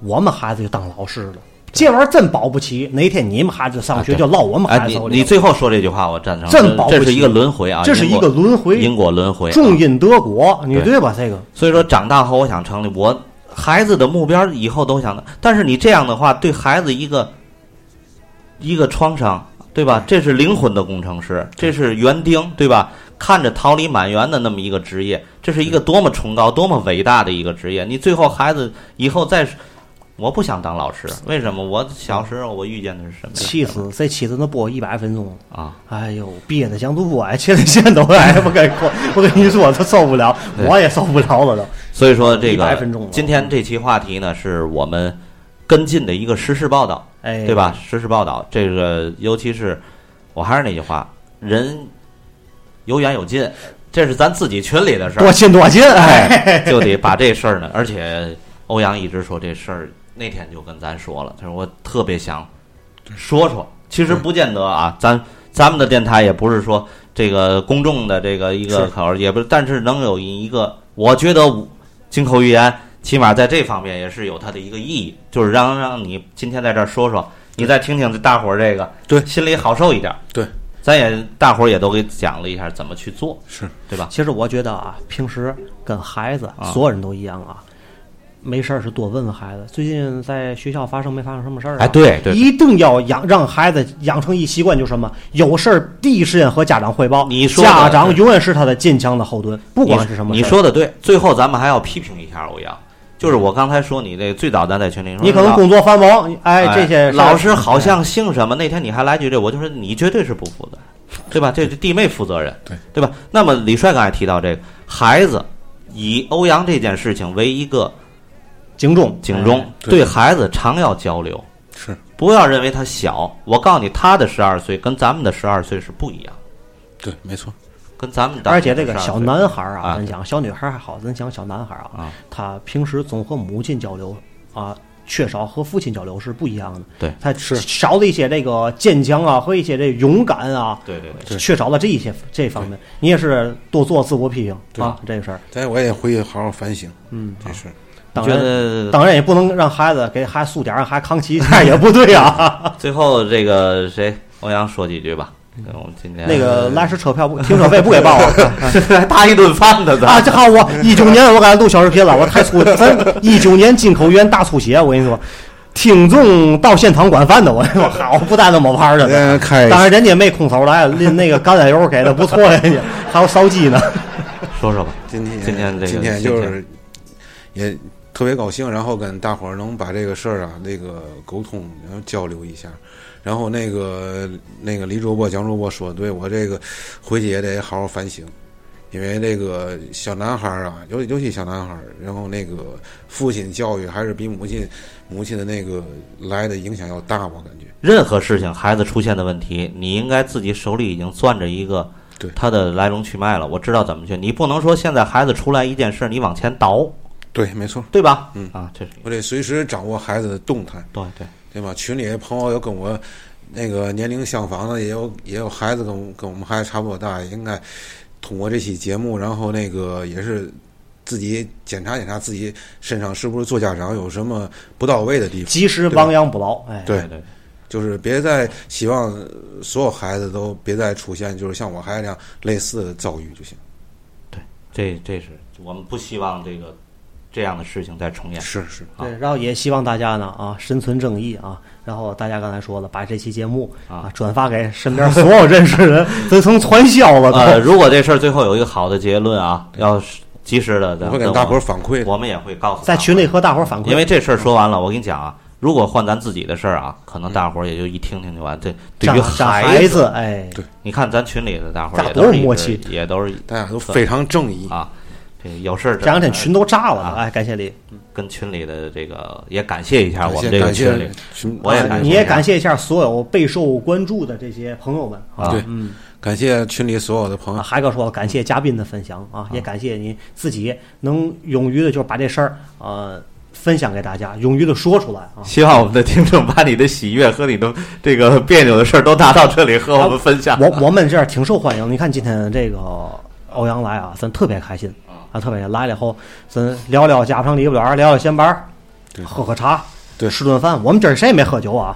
我们孩子就当老师了，这玩意儿真保不齐，哪天你们孩子上学啊对就落我们哎，孩子你手里你了。最后说这句话我赞成，真保不这是齐一个轮回啊，这是因一果个轮回，因果轮回啊，种因得果，你对对吧？这个所以说，长大后我想成立我孩子的目标，以后都想的。但是你这样的话，对孩子一个一个创伤，对吧？这是灵魂的工程师，这是园丁，对吧？看着桃李满园的那么一个职业，这是一个多么崇高、多么伟大的一个职业。你最后孩子以后再，我不想当老师，为什么？我小时候我遇见的是什么呀？气死这妻子能播一百分钟了。啊！哎呦，憋得想吐不哎， [laughs] 前列腺都哎，我跟我跟你说，他受不了，对我也受不了了都。所以说，这个100分钟了今天这期话题呢，是我们跟进的一个时事报道。哎，对？吧？实时报道，这个尤其是我还是那句话，人有远有近，这是咱自己群里的事多儿，亲多亲，哎，哎， [laughs] 就得把这事儿呢。而且欧阳一直说这事儿，那天就跟咱说了，他说我特别想说说，其实不见得啊，咱咱们的电台也不是说这个公众的这个一个口儿，也不，但是能有一个，我觉得我金口玉言。起码在这方面也是有它的一个意义，就是让让你今天在这儿说说，你再听听这大伙儿这个，对心里好受一点。对，咱也大伙儿也都给讲了一下怎么去做，是对吧？其实我觉得啊，平时跟孩子啊，所有人都一样啊，没事儿是多问问孩子，最近在学校发生没发生什么事儿、啊？哎，对对，一定要养让孩子养成一习惯，就是什么有事儿第一时间和家长汇报。你说的家长永远是他的坚强的后盾，不管是什么你事儿说的对。最后咱们还要批评一下欧阳，就是我刚才说你这最早咱在群里说，你可能工作繁忙，哎，嗯哎这些事儿哎老师好像姓什么，那天你还来句这，我就说你绝对是不负责，对吧？这是弟妹负责任，对对吧？那么李帅刚才提到这个孩子。以欧阳这件事情为一个警钟警钟，哎对对孩子常要交流，是不要认为他小。我告诉你，他的十二岁跟咱们的十二岁是不一样，对，没错，跟咱们当而且这时个的12岁小男孩儿啊啊，咱讲小女孩儿还好，咱讲小男孩儿啊啊，他平时总和母亲交流啊，缺少和父亲交流是不一样的。对他是少了一些这个坚强啊和一些这勇敢啊，对对对，对缺少了这一些这方面。你也是多做自我批评对啊，这个事儿。但我也会好好反省，嗯，这事儿当觉然，得当然也不能让孩子给孩子素点儿，让孩子扛旗，这也不对 [laughs] 哎啊。最后这个谁欧阳说几句吧。嗯跟我们今天那个来时车票不停车费不给报 [laughs] 啊。还搭一顿饭的，啊，咱这好， [laughs] 我一九年我刚才录小视频了，我太粗，咱一九年进口源大出血，我跟你说，听众到现场管饭的，我跟你 [laughs] 说，好，不带那么玩儿的。嗯哎开当然，人家没空手来，那那个橄榄油给的不错，人家还有烧鸡呢。说说吧。今天今天这个今天就是也特别高兴，然后跟大伙儿能把这个事儿啊那个沟通，然后交流一下。然后那个那个李主播、蒋主播说对我这个回去也得好好反省，因为这个小男孩儿啊，尤尤其小男孩儿，然后那个父亲教育还是比母亲母亲的那个来的影响要大，我感觉。任何事情孩子出现的问题，你应该自己手里已经攥着一个对他的来龙去脉了，我知道怎么去。你不能说现在孩子出来一件事，你往前倒，对，没错，对吧？嗯啊，这是我得随时掌握孩子的动态，对对，对吧？群里朋友有跟我那个年龄相仿的，也有也有孩子跟我跟我们孩子差不多大，应该通过这期节目，然后那个也是自己检查检查自己身上是不是做家长有什么不到位的地方，及时亡羊补牢，哎，对对对，就是别再希望呃所有孩子都别再出现就是像我孩子这样类似的遭遇就行。这这是我们不希望这个这样的事情再重演。是是，啊对，然后也希望大家呢啊，身存正义啊。然后大家刚才说了，把这期节目啊啊转发给身边所有认识的人，这成传销了呃，都。如果这事儿最后有一个好的结论啊，要是及时的，我咱会给跟大我伙儿反馈的。我们也会告诉在大伙群里和大伙儿反馈，因为这事儿说完了，我跟你讲啊，如果换咱自己的事儿啊，可能大伙儿也就一听听就完。这对长于长孩子，哎，你看咱群里的大伙大儿伙儿也都是默一契致，也都是大家都非常正义，啊，这有事儿这两天群都炸了呢，啊哎，感谢你，跟群里的这个也感谢一下感我谢们这个感群里谢，群我也啊感谢你也一下感谢一下所有备受关注的这些朋友们啊。啊对，嗯感谢群里所有的朋啊，友，海哥说了，感谢嘉宾的分享啊，也感谢你自己能勇于的，就是把这事儿呃分享给大家，勇于的说出来啊。希望我们的听众把你的喜悦和你的这个别扭的事儿都拿到这里和我们分享。我我们这儿挺受欢迎，你看今天这个哦欧阳来啊，咱特别开心啊，特别开心来了以后，咱聊聊家常里边儿，聊聊闲白儿，喝喝茶，对吃顿饭。我们今儿谁也没喝酒啊，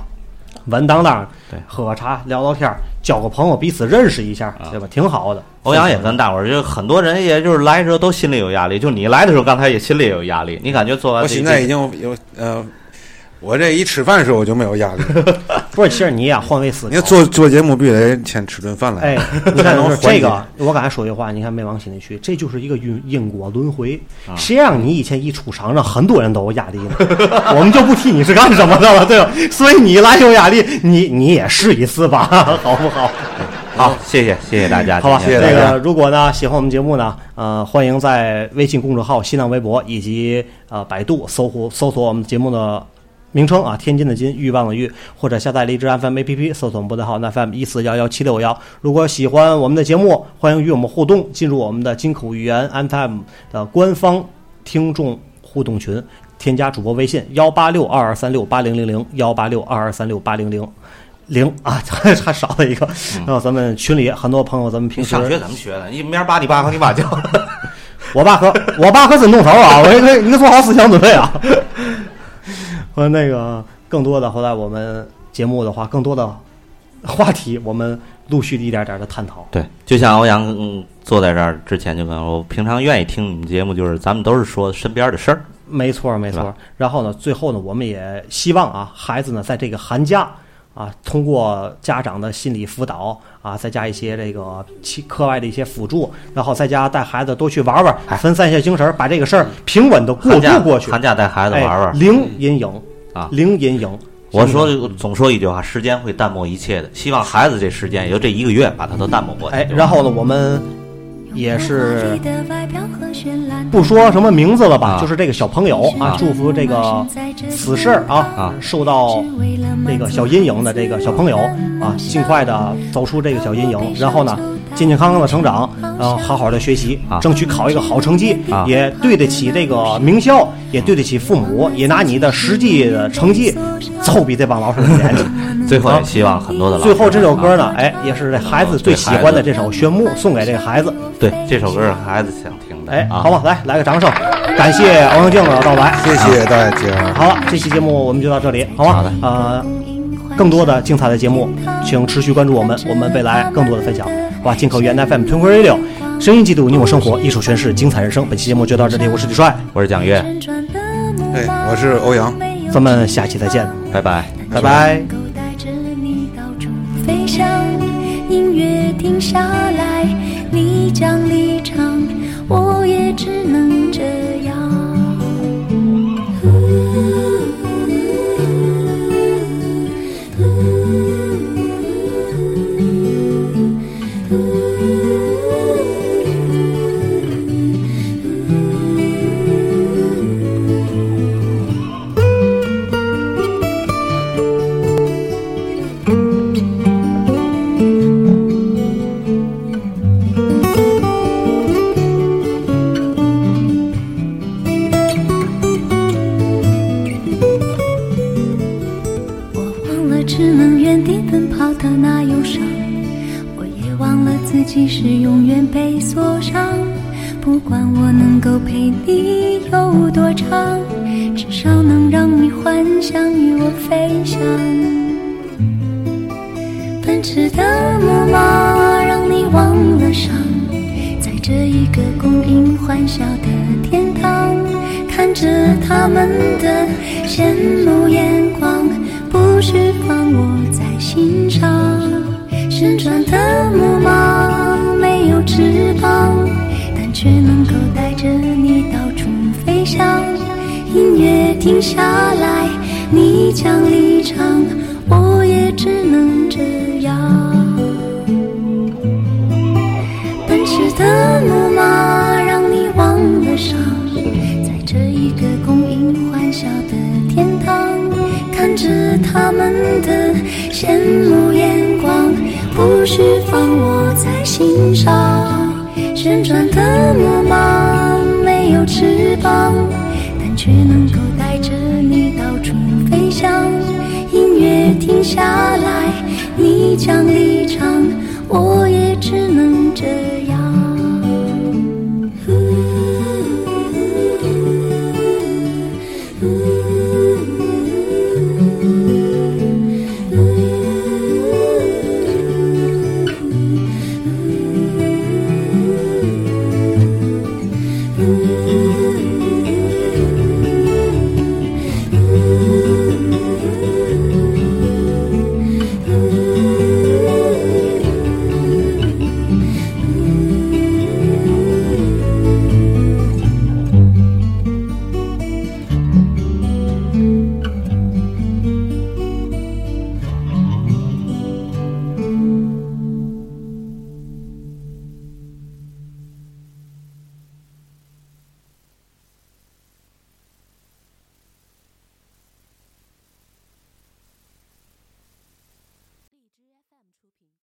稳当当，对喝喝茶，聊聊天儿，交个朋友，彼此认识一下，对吧？挺好的。欧阳也跟大伙儿，就很多人也就是来的时候都心里有压力，就你来的时候，刚才也心里也有压力。你感觉做完我这一现期在已经有呃，我这一吃饭的时候我就没有压力了。不是，其实你呀、换位思你考。做 [laughs] 做节目必须得先吃顿饭来， [laughs] 哎，你看才能就是缓这解个，我刚才说这话，你看没往心里去，这就是一个因因果轮回。啊谁让你以前一出场让很多人都有压力呢？ [laughs] 我们就不提你是干什么的了，对吧？所以你一来有压力，你你也试一次吧，好不好？好，谢谢谢谢大家，好吧，今天这个如果呢喜欢我们节目呢，呃，欢迎在微信公众号、新浪微博以及呃百度搜狐搜索我们节目的。名称啊，天津的津，欲望的欲，或者下载荔枝 FM APP，搜索我们的号 FM 一四幺幺七六幺。如果喜欢我们的节目，欢迎与我们互动，进入我们的金口语言 FM 的官方听众互动群，添加主播微信幺八六二二三六八零零零幺八六二二三六八零零零啊， [laughs] 还还少了一个。然后咱们群里很多朋友，咱们平你时嗯上学怎么学的？你明儿把你爸和你妈叫了。我爸可我爸可真动手啊！我这你得做好思想准备啊！ [laughs] 我那个更多的后来我们节目的话，更多的话题我们陆续的一点点的探讨。 [laughs] 对，就像欧阳、嗯、坐在这儿之前就跟我，我平常愿意听你们节目，就是咱们都是说身边的事儿。没错，没是错吧。然后呢，最后呢，我们也希望啊，孩子呢，在这个寒假啊，通过家长的心理辅导啊，再加一些这个其课外的一些辅助，然后在家带孩子多去玩玩，分散一下精神，把这个事儿平稳的过哎寒假渡过去，寒假带孩子玩玩、哎零阴影啊零阴影。我说总说一句话，时间会淡漠一切的。希望孩子这时间，也就这一个月，把它都淡漠过去。哎，对吧然后呢，我们也是不不说什么名字了吧，啊就是这个小朋友啊，啊祝福这个此事啊啊受到这那个个小小阴阴影影的的这这个个小小朋朋友友啊啊，，尽尽快快的的走走出出这这个个小小阴阴影影，，然然后后呢呢，，健健健健康康的康康的成成长呃，长，呃，好好好好的的学学习习，啊争取考一个好成绩，啊也对得起这个名校，也对得起父母，也拿你的实际的成绩凑比这帮老师的脸 [laughs] 去。最后也希望很多的老师最后这首歌呢啊，哎，也是这孩子最喜欢的这首《炫目》，送给这个孩子。对这首歌是孩子想听的。哎，啊、好吧，来来个掌声，感谢欧阳靖的到来。谢谢大家。好了，这期节目我们就到这里，好吗？好的呃，更多的精彩的节目，请持续关注我们，我们未来更多的分享。哇，进口源 FM t w i n k Radio，声音记录你我生活，艺术诠释精彩人生。本期节目就到这里，我是李帅，我是蒋嗯越，哎，我是欧阳。咱们下期再见，拜拜。拜拜。能够带着你到处飞翔。音乐停下来，你将离场，我也只能这样。即使永远被锁上，不管我能够陪你有多长，至少能让你幻想与我飞翔。奔驰的木马让你忘了伤，在这一个供应欢笑的天堂，看着他们的羡慕眼光，不需放我在心上。旋转的木马没有翅膀，但却能够带着你到处飞翔。音乐停下来，你将离场，我也只能这样。奔驰的木马让你忘了伤，在这一个供应欢笑的天堂，看着他们的羡慕眼光。不需放我在心上。旋转的木马没有翅膀，但却能够带着你到处飞翔。音乐停下来，你将离场，我也只能这样。